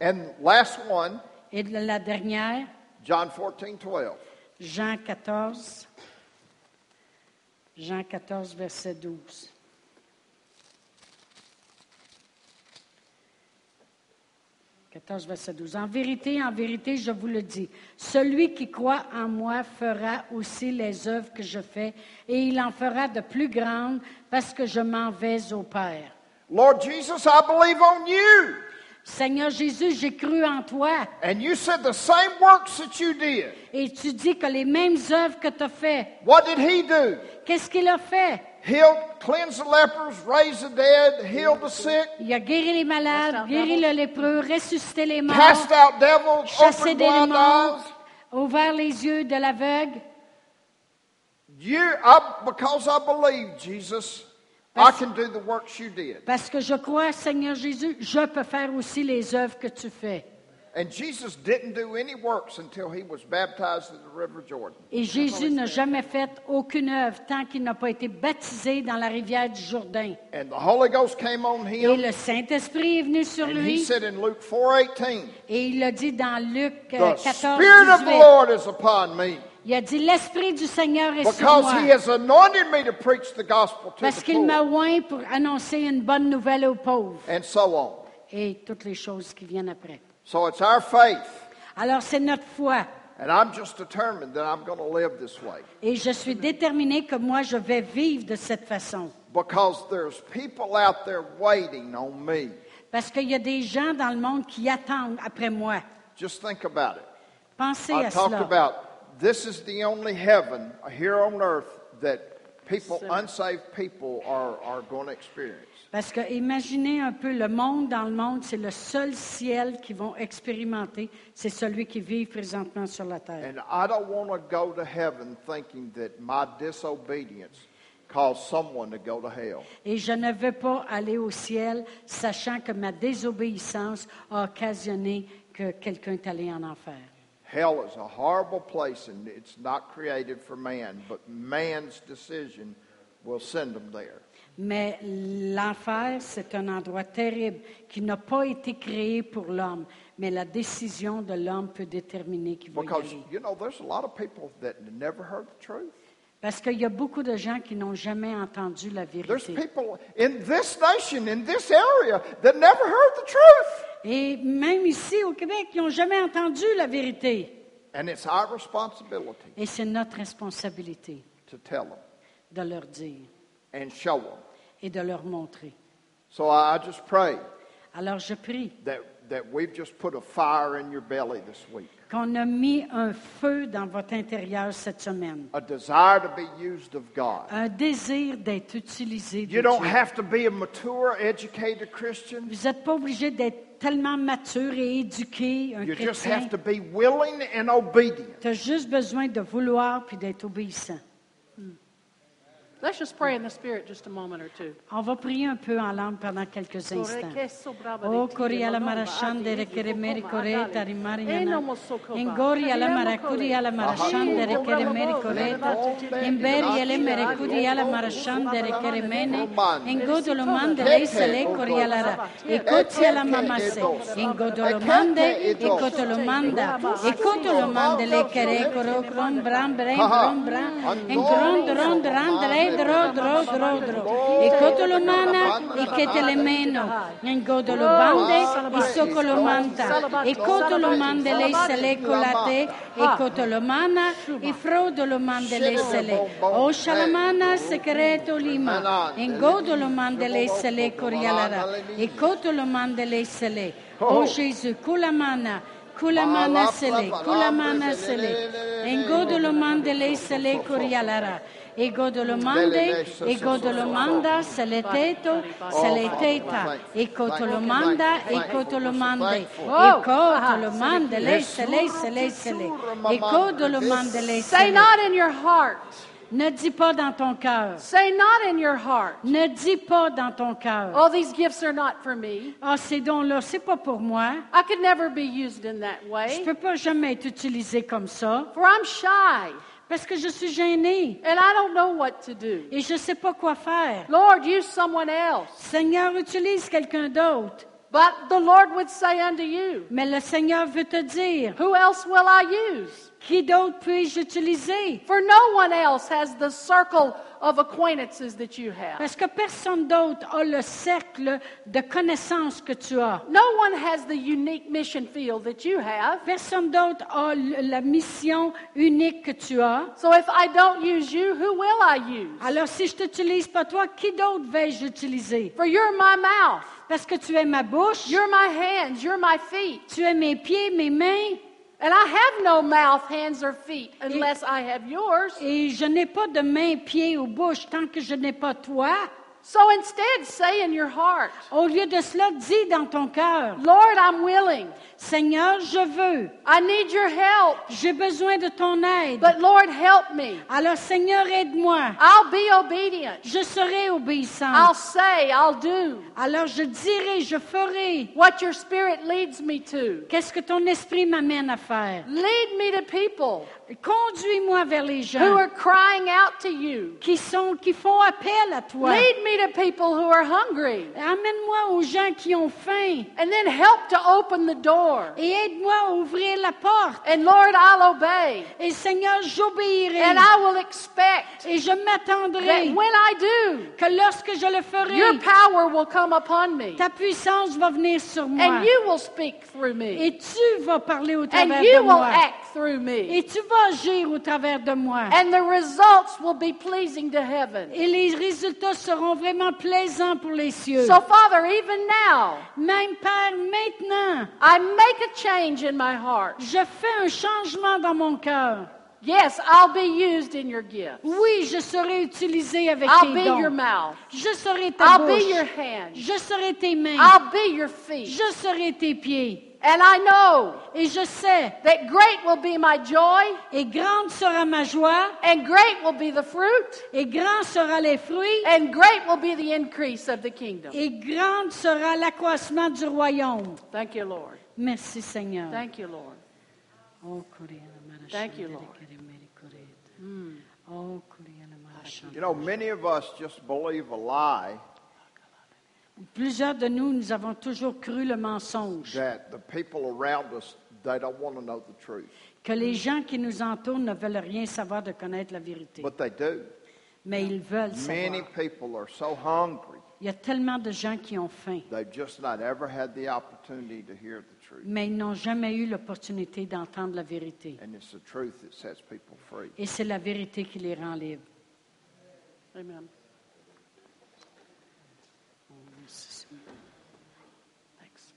S1: And last one,
S2: Et de la dernière,
S1: John 14 12.
S2: Jean 14, Jean 14, verset 12. « 14, verset 12. En vérité, en vérité, je vous le dis, celui qui croit en moi fera aussi les œuvres que je fais, et il en fera de plus grandes, parce que je m'en vais au Père.
S1: Lord Jesus, I believe on you.
S2: Seigneur Jésus, j'ai cru en toi,
S1: And you said the same works that you did.
S2: et tu dis que les mêmes œuvres que tu as faites,
S1: What did he do?
S2: qu'est-ce qu'il a fait?
S1: Healed, cleansed the lepers, raised the dead, healed the sick,
S2: Il a guéri les malades, guéri le lépreux, ressuscité les morts,
S1: cast out devils,
S2: chassé
S1: opened
S2: des
S1: blind
S2: démons,
S1: eyes.
S2: ouvert les yeux de l'aveugle.
S1: You, I, because I believe, Jesus, I
S2: Parce-
S1: can do the works you did.
S2: Parce que je crois, Seigneur Jésus, je peux faire aussi les œuvres que tu fais.
S1: And Jesus didn't do any works until he was baptized in the River Jordan.
S2: Et Jésus n'a jamais fait aucune œuvre tant qu'il n'a pas été baptisé dans la rivière du Jourdain.
S1: And the Holy Ghost came on
S2: Et
S1: him.
S2: le Saint-Esprit est venu sur
S1: And he
S2: lui
S1: said in Luke 4:18,
S2: et il l'a dit dans Luc euh,
S1: "The
S2: 14,
S1: Spirit of the
S2: 18.
S1: Lord is upon me,
S2: Il a dit, l'Esprit du Seigneur est sur
S1: because He
S2: moi
S1: has anointed me to preach the gospel to
S2: parce
S1: the
S2: qu'il m'a
S1: poor,
S2: oint pour annoncer une bonne nouvelle aux pauvres.
S1: and so on."
S2: et toutes les choses qui viennent après.
S1: So it's our faith,
S2: Alors c'est notre foi
S1: and I'm just determined that I'm going to live this way
S2: et je suis déterminée que moi je vais vivre de cette façon
S1: because there's people out there waiting on me.
S2: parce qu'il y a des gens dans le monde qui attendent après moi.
S1: Just think about it.
S2: Pensez
S1: I
S2: à
S1: talked
S2: cela.
S1: Ah, about this is the only heaven here on earth that people, unsaved people, are, are going to experience.
S2: Parce que imaginez un peu le monde dans le monde, c'est le seul ciel qu'ils vont expérimenter, c'est celui qui vit présentement sur la terre.
S1: And I don't want to go to heaven thinking that my disobedience caused someone to go to hell.
S2: Et je ne veux pas aller au ciel sachant que ma désobéissance a occasionné que quelqu'un est allé en enfer.
S1: Hell is a horrible place and it's not created for man, but man's decision will send them there.
S2: Mais l'enfer, c'est un endroit terrible qui n'a pas été créé pour l'homme, mais la décision de l'homme peut déterminer qu'il va y
S1: Because,
S2: aller.
S1: you know, there's a lot of people that never heard the truth.
S2: Parce qu'il y a beaucoup de gens qui n'ont jamais entendu la
S1: There's
S2: vérité.
S1: people in this nation, in this area, that never heard the truth.
S2: Et même ici au Québec, ils n'ont jamais entendu la vérité.
S1: And it's our responsibility
S2: Et c'est notre responsabilité
S1: to tell them
S2: de leur dire
S1: and show them.
S2: et de leur montrer.
S1: So I just pray
S2: Alors je prie
S1: that, that we've just put a fire in your belly this week,
S2: qu'on a mis un feu dans votre intérieur cette semaine,
S1: a desire to be used of God.
S2: un désir d'être utilisé. de
S1: You don't
S2: Dieu.
S1: have to be a mature, educated Christian.
S2: Vous n'êtes pas obligé d'être tellement mature et éduqué, un
S1: You just
S2: chrétien.
S1: have to be willing and obedient.
S2: Tu as juste besoin de vouloir puis d'être obéissant.
S3: Let's just pray in the Spirit just a moment or two.
S2: On va prier un peu en langue pendant quelques instants.
S3: O
S2: O Coriala Marachande, Requeremeri Coreta,
S3: Eh,
S2: Rimariana, Ingoriala
S3: Ingoriala
S2: Maracuriala Marachande, Requeremeri Coreta, Imberiele Merecuriala Marachande, Requeremene, Ingodolomande, Leisele Corialara, Ecotiala Mamase, Ingodolomande, Ecotolomanda, Ecotolomande, Lequere, Coro, Crom, Bram, Brem, Brom, Bram, Engron, Dron, Dran, Dre, Dro, Dro, Dro, Dro, Ecotolomana, Equetelemeno, Engodolobande, Isocolomanta, Ecotolomande le sele colate, Ecotolomana, Ifrodolomande le sele, Oshalamana secreto lima, Engodolomande le sele corialara, Ecotolomande le sele, O Jésus, Kulamana, Kulamana sele, Kulamana sele, Engodolomande le sele corialara, Egodolomande, Egodolomanda, Seleteto, Seleteta, Ecotolomanda, Ecotolomande,
S3: Ah,
S2: Ecotolomande, lei, se lei, se lei, se lei, Ecotolomande, lei, se
S3: Say
S2: lei.
S3: not in your heart.
S2: Ne dis pas dans ton cœur,
S3: Say not in your heart.
S2: ne dis pas dans ton cœur,
S3: Oh, these gifts are not for me.
S2: ah, ces dons-là, c'est pas pour moi,
S3: I could never be used in that
S2: je
S3: way.
S2: peux pas jamais être utilisé comme ça,
S3: For I'm shy
S2: parce que je suis gênée
S3: and I don't know what to do.
S2: et je sais pas quoi faire.
S3: Lord, use someone else.
S2: Seigneur, utilise quelqu'un d'autre.
S3: But the Lord would say unto you,
S2: Mais le Seigneur veut te dire,
S3: Who else will I use?
S2: qui d'autre puis-je utiliser?
S3: For no one else has the circle of acquaintances that you have.
S2: Parce que personne d'autre a le cercle de connaissances que tu as.
S3: No one has the unique mission field that you have.
S2: Personne d'autre a l- la mission unique que tu as.
S3: So if I don't use you, who will I use?
S2: Alors si je t'utilise pas toi, qui d'autre vais-je utiliser?
S3: For you're my mouth,
S2: Parce que tu es ma bouche,
S3: you're my hands, you're my feet.
S2: tu es mes pieds, mes mains,
S3: And I have no mouth, hands, or feet unless I have yours.
S2: et je n'ai pas de mains, pieds ou bouche tant que je n'ai pas toi.
S3: So instead, say in your heart,
S2: Au lieu de cela, dis dans ton cœur,
S3: Lord, I'm willing.
S2: Seigneur, je veux,
S3: I need your help.
S2: j'ai besoin de ton aide.
S3: But Lord, help me.
S2: Alors Seigneur, aide-moi.
S3: I'll be obedient.
S2: Je serai
S3: I'll
S2: obéissante.
S3: say, I'll do
S2: Alors je dirai, je ferai.
S3: what your spirit leads me to.
S2: Qu'est-ce que ton esprit m'amène à faire?
S3: Lead me to people
S2: Conduis-moi vers les
S3: who
S2: gens
S3: are crying out to you.
S2: qui sont, qui font appel à toi.
S3: Lead me to people who are hungry.
S2: Amène-moi aux gens qui ont faim
S3: And then help to open the door.
S2: et aide-moi à ouvrir la porte.
S3: And Lord, I'll obey.
S2: Et Seigneur, j'obéirai
S3: And I will expect
S2: et je
S3: that
S2: m'attendrai
S3: when I
S2: que lorsque je le
S3: do,
S2: ferai,
S3: your power will come upon me.
S2: ta puissance va venir sur moi
S3: And you will speak through me.
S2: et tu vas parler au travers
S3: And you
S2: de
S3: will
S2: moi
S3: act through me.
S2: et tu vas agir au travers de moi.
S3: And the results will be pleasing to heaven.
S2: Et les résultats seront vraiment plaisants pour les cieux.
S3: So, Father, even now,
S2: Même Père, maintenant,
S3: I make a change in my heart.
S2: je fais un changement dans mon cœur.
S3: Yes, I'll be used in your gift.
S2: Oui, je serai utilisé avec tes
S3: I'll be your
S2: dons.
S3: mouth.
S2: Je serai ta
S3: I'll
S2: bouche.
S3: be your hand.
S2: Je serai tes mains.
S3: I'll be your feet.
S2: Je serai tes pieds.
S3: And I know
S2: Et je sais,
S3: that great will be my joy,
S2: et grande sera ma joie,
S3: and great will be the fruit,
S2: et grand sera les fruits,
S3: and great will be the increase of the kingdom.
S2: et grande sera l'accroissement du royaume.
S3: Thank you, Lord.
S2: Merci Seigneur.
S3: Thank you, Lord.
S2: Oh, Coriana Marachande,
S3: Thank you, Lord. Hmm.
S2: Keremere Coretta. Oh, Coriana Marachande.
S1: You know, many of us just believe a lie
S2: Plusieurs de nous, nous avons toujours cru le mensonge,
S1: that the people around us, they don't want to know the truth.
S2: que les gens qui nous entourent ne veulent rien savoir de connaître la vérité,
S1: but they do.
S2: mais ils veulent
S1: Many
S2: savoir.
S1: people are so hungry,
S2: Il y a tellement de gens qui ont faim,
S1: they've just not ever had the opportunity to hear the truth.
S2: mais ils n'ont jamais eu l'opportunité d'entendre la vérité.
S1: And it's the truth that sets people free.
S2: Et c'est la vérité qui les rend libres.
S3: Amen. Thanks.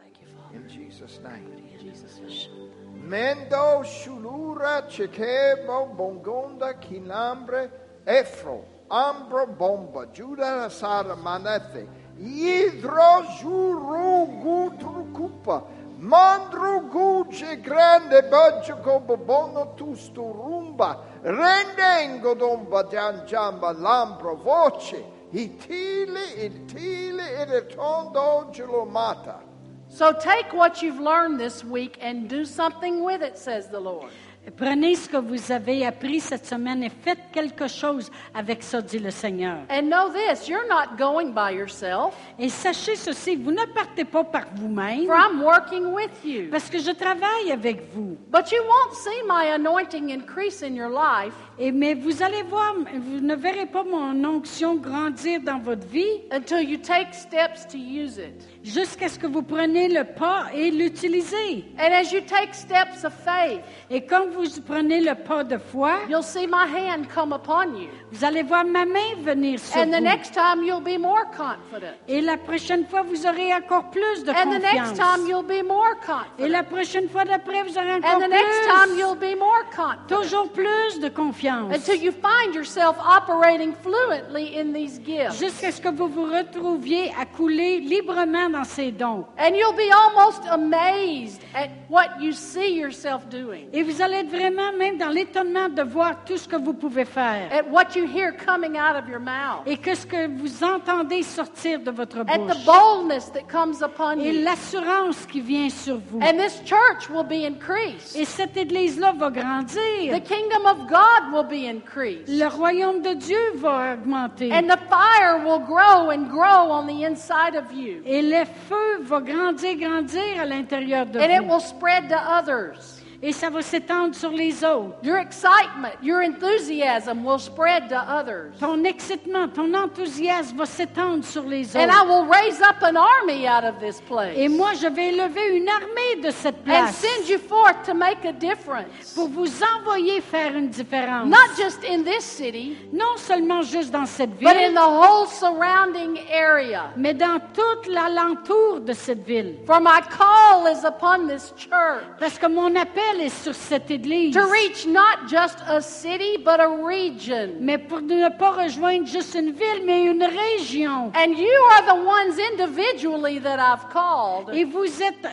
S3: Thank you, Father.
S1: In Jesus' name.
S3: In Jesus' name.
S1: Mendo shulura chekebo bongonda kilambre efro ambro bomba juda sara manete idro juru gutru kupa mandru guce grande baggio cobo bono tusto rumba rendengo domba gian giamba lambro voce itili itili ed etondo gelomata
S3: So take what you've learned this week and do something with it, says the Lord.
S2: Prenez ce que vous avez appris cette semaine et faites quelque chose avec ça, dit le Seigneur.
S3: And know this you're not going by yourself,
S2: Et sachez ceci, vous ne partez pas par vous-même,
S3: for I'm working with you.
S2: parce que je travaille avec vous.
S3: But you won't see my anointing increase in your life
S2: Et, mais vous allez voir, vous ne verrez pas mon onction grandir dans votre vie
S3: until you take steps to use it.
S2: jusqu'à ce que vous preniez le pas et l'utilisez.
S3: And as you take steps of faith,
S2: Et quand vous prenez le pas de foi,
S3: you'll see my hand come upon you.
S2: vous allez voir ma main venir sur
S3: And the
S2: vous.
S3: next time you'll be more confident.
S2: Et la prochaine fois, vous aurez encore plus de
S3: And the next time
S2: confiance.
S3: you'll be more
S2: Et
S3: confident.
S2: la prochaine fois d'après, vous aurez encore
S3: And the next time
S2: plus,
S3: you'll be more confident.
S2: toujours plus de confiance.
S3: Until you find yourself operating fluently in these gifts.
S2: Jusqu'à ce que vous vous retrouviez à couler librement dans ces dons.
S3: And you'll be almost amazed at what you see yourself doing,
S2: Et vous allez être vraiment même dans l'étonnement de voir tout ce que vous pouvez faire.
S3: at what you hear coming out of your mouth,
S2: et que ce que vous entendez sortir de votre
S3: at the
S2: bouche
S3: boldness that comes upon
S2: et
S3: you.
S2: l'assurance qui vient sur vous.
S3: And this church will be increased.
S2: Et cette Église-là va
S3: The
S2: grandir.
S3: kingdom of God will be increased.
S2: Le royaume de Dieu va augmenter.
S3: And the fire will grow and grow on the inside of you.
S2: Et le feu va grandir, grandir à l'intérieur de
S3: And it
S2: vous.
S3: will spread to others.
S2: Et ça va s'étendre sur les autres.
S3: Your excitement, your enthusiasm will spread to others.
S2: Ton excitement, ton enthousiasme va s'étendre sur les
S3: And I
S2: autres.
S3: will raise up an army out of this place.
S2: Et moi, je vais élever une armée de cette
S3: and
S2: place
S3: send you forth to make a difference.
S2: pour vous envoyer faire une différence.
S3: Not just in this city,
S2: Non seulement juste dans cette
S3: but in
S2: ville,
S3: the whole surrounding area.
S2: mais dans tout l'alentour de cette ville.
S3: For my call is upon this church
S2: Parce que mon appel est sur cette église.
S3: to reach not just a city, but a region.
S2: Mais pour ne pas rejoindre juste une ville, mais une région.
S3: And you are the ones individually that I've called
S2: Et vous êtes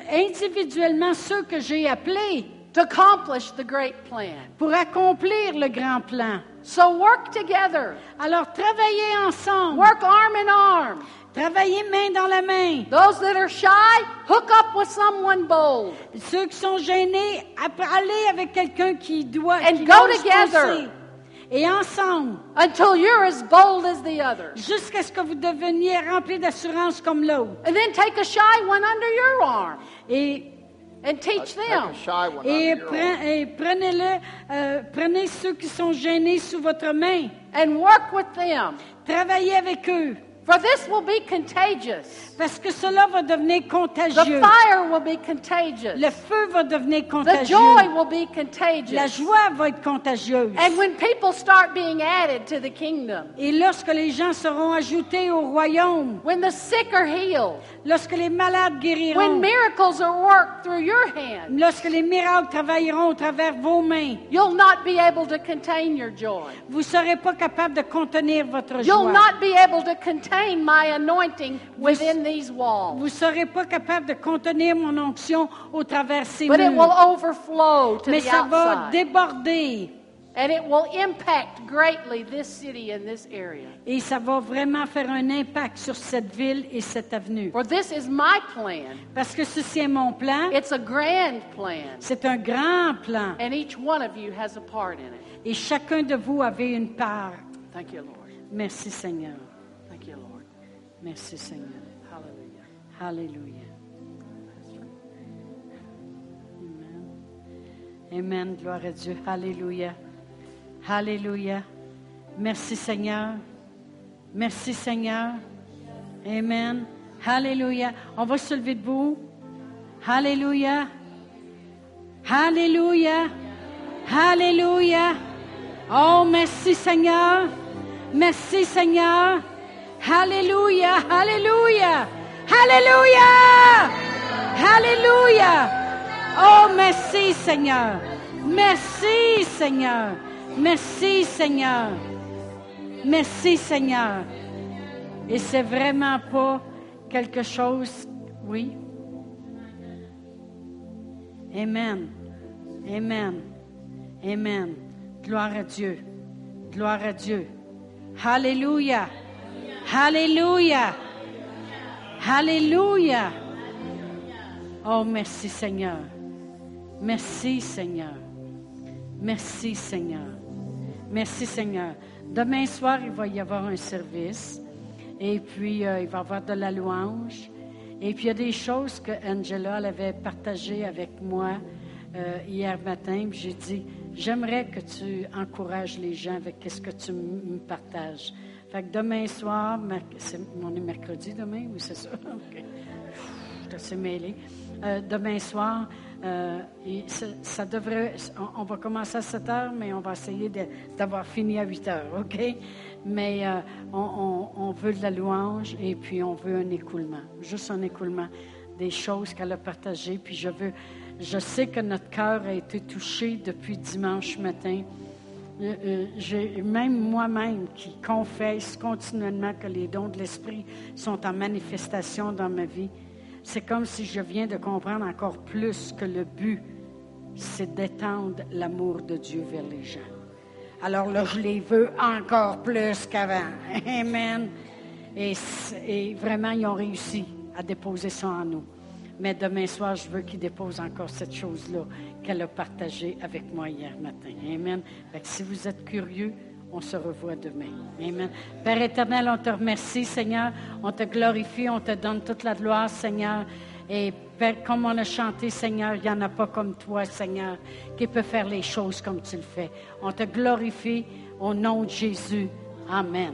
S2: individuellement ceux que j'ai appelés
S3: to accomplish the great plan.
S2: pour accomplir le grand plan.
S3: So work together,
S2: Alors travaillez ensemble.
S3: work arm in arm.
S2: Travaillez main dans la main.
S3: Those that are shy, hook up with someone bold
S2: Ceux qui sont gênés, app- allez avec quelqu'un qui doit
S3: And
S2: qui
S3: go
S2: ose
S3: together.
S2: pousser. Et ensemble,
S3: until you're as bold as the other.
S2: jusqu'à ce que vous deveniez remplis d'assurance comme l'autre.
S3: And then take a shy one under your arm
S2: Et
S3: and teach
S1: Take a
S3: them.
S1: shy one under
S2: Et,
S1: your
S2: pre- et prenez-le, euh, prenez ceux qui sont gênés sous votre main.
S3: and work with them.
S2: Travaillez avec eux,
S3: For this will be contagious.
S2: parce que cela va devenir
S3: The
S2: contagieux.
S3: fire will be contagious.
S2: Le feu va devenir
S3: The
S2: contagieux.
S3: joy will be
S2: La
S3: contagious.
S2: joie va être contagieuse.
S3: And when people start being added to the kingdom,
S2: Et lorsque les gens seront ajoutés au royaume,
S3: when the sick are healed,
S2: lorsque les malades
S3: when
S2: guériront,
S3: miracles are worked through your hand,
S2: lorsque les miracles travailleront au travers vos mains,
S3: you'll not be able to contain your joy.
S2: vous ne serez pas capable de contenir votre
S3: You'll
S2: joie.
S3: not be able to contain my anointing within these
S2: Vous
S3: walls.
S2: ne serez pas capable de contenir mon onction au travers ces
S3: But it
S2: murs.
S3: will overflow to
S2: Mais
S3: the
S2: ça va
S3: outside.
S2: déborder
S3: And it will impact greatly this city and this area.
S2: et ça va vraiment faire un impact sur cette ville et cette avenue.
S3: For this is my plan.
S2: Parce que ceci est mon plan,
S3: It's a grand plan,
S2: c'est un grand plan
S3: and each one of you has a part in it.
S2: et chacun de vous avait une part.
S3: Thank you, Lord.
S2: Merci Seigneur.
S3: Thank you, Lord.
S2: Merci Seigneur.
S3: Hallelujah.
S2: Alléluia. Amen. Amen. Gloire à Dieu. Alléluia. Alléluia. Merci Seigneur. Merci Seigneur. Amen. Alléluia. On va se lever debout. Alléluia. Alléluia. Alléluia. Oh, merci Seigneur. Merci Seigneur. Alléluia. Alléluia. Alléluia. Alléluia. Oh, merci Seigneur. Merci Seigneur. Merci Seigneur. Merci Seigneur. Et c'est vraiment pas quelque chose, oui, Amen. Amen. Amen. Gloire à Dieu. Gloire à Dieu. Alléluia. Alléluia. Alléluia. Oh, merci Seigneur. Merci Seigneur. Merci Seigneur. Merci Seigneur. Demain soir, il va y avoir un service. Et puis, euh, il va y avoir de la louange. Et puis, il y a des choses que Angela elle avait partagées avec moi euh, hier matin. Puis J'ai dit, j'aimerais que tu encourages les gens avec ce que tu m- me partages. Fait que demain soir, merc- c'est- on est mercredi demain, oui, c'est ça. OK. Je suis mêlée. Euh, demain soir, euh, et ça, ça devrait, on, on va commencer à 7 heures, mais on va essayer de- d'avoir fini à 8 heures, OK? Mais euh, on, on- on veut de la louange et puis on veut un écoulement, juste un écoulement des choses qu'elle a partagées. Puis je veux, je sais que notre cœur a été touché depuis dimanche matin. Euh, euh, j'ai- même moi-même qui confesse continuellement que les dons de l'esprit sont en manifestation dans ma vie, c'est comme si je viens de comprendre encore plus que le but, c'est d'étendre l'amour de Dieu vers les gens. Alors là, je les veux encore plus qu'avant. Amen. Et, c- et vraiment, ils ont réussi à déposer ça en nous. Mais demain soir, je veux qu'ils déposent encore cette chose-là qu'elle a partagée avec moi hier matin. Amen. Fait que si vous êtes curieux, on se revoit demain. Amen. Père éternel, on te remercie, Seigneur. On te glorifie, on te donne toute la gloire, Seigneur. Et Père, comme on a chanté, Seigneur, il n'y en a pas comme toi, Seigneur, qui peut faire les choses comme tu le fais. On te glorifie au nom de Jésus. Amen.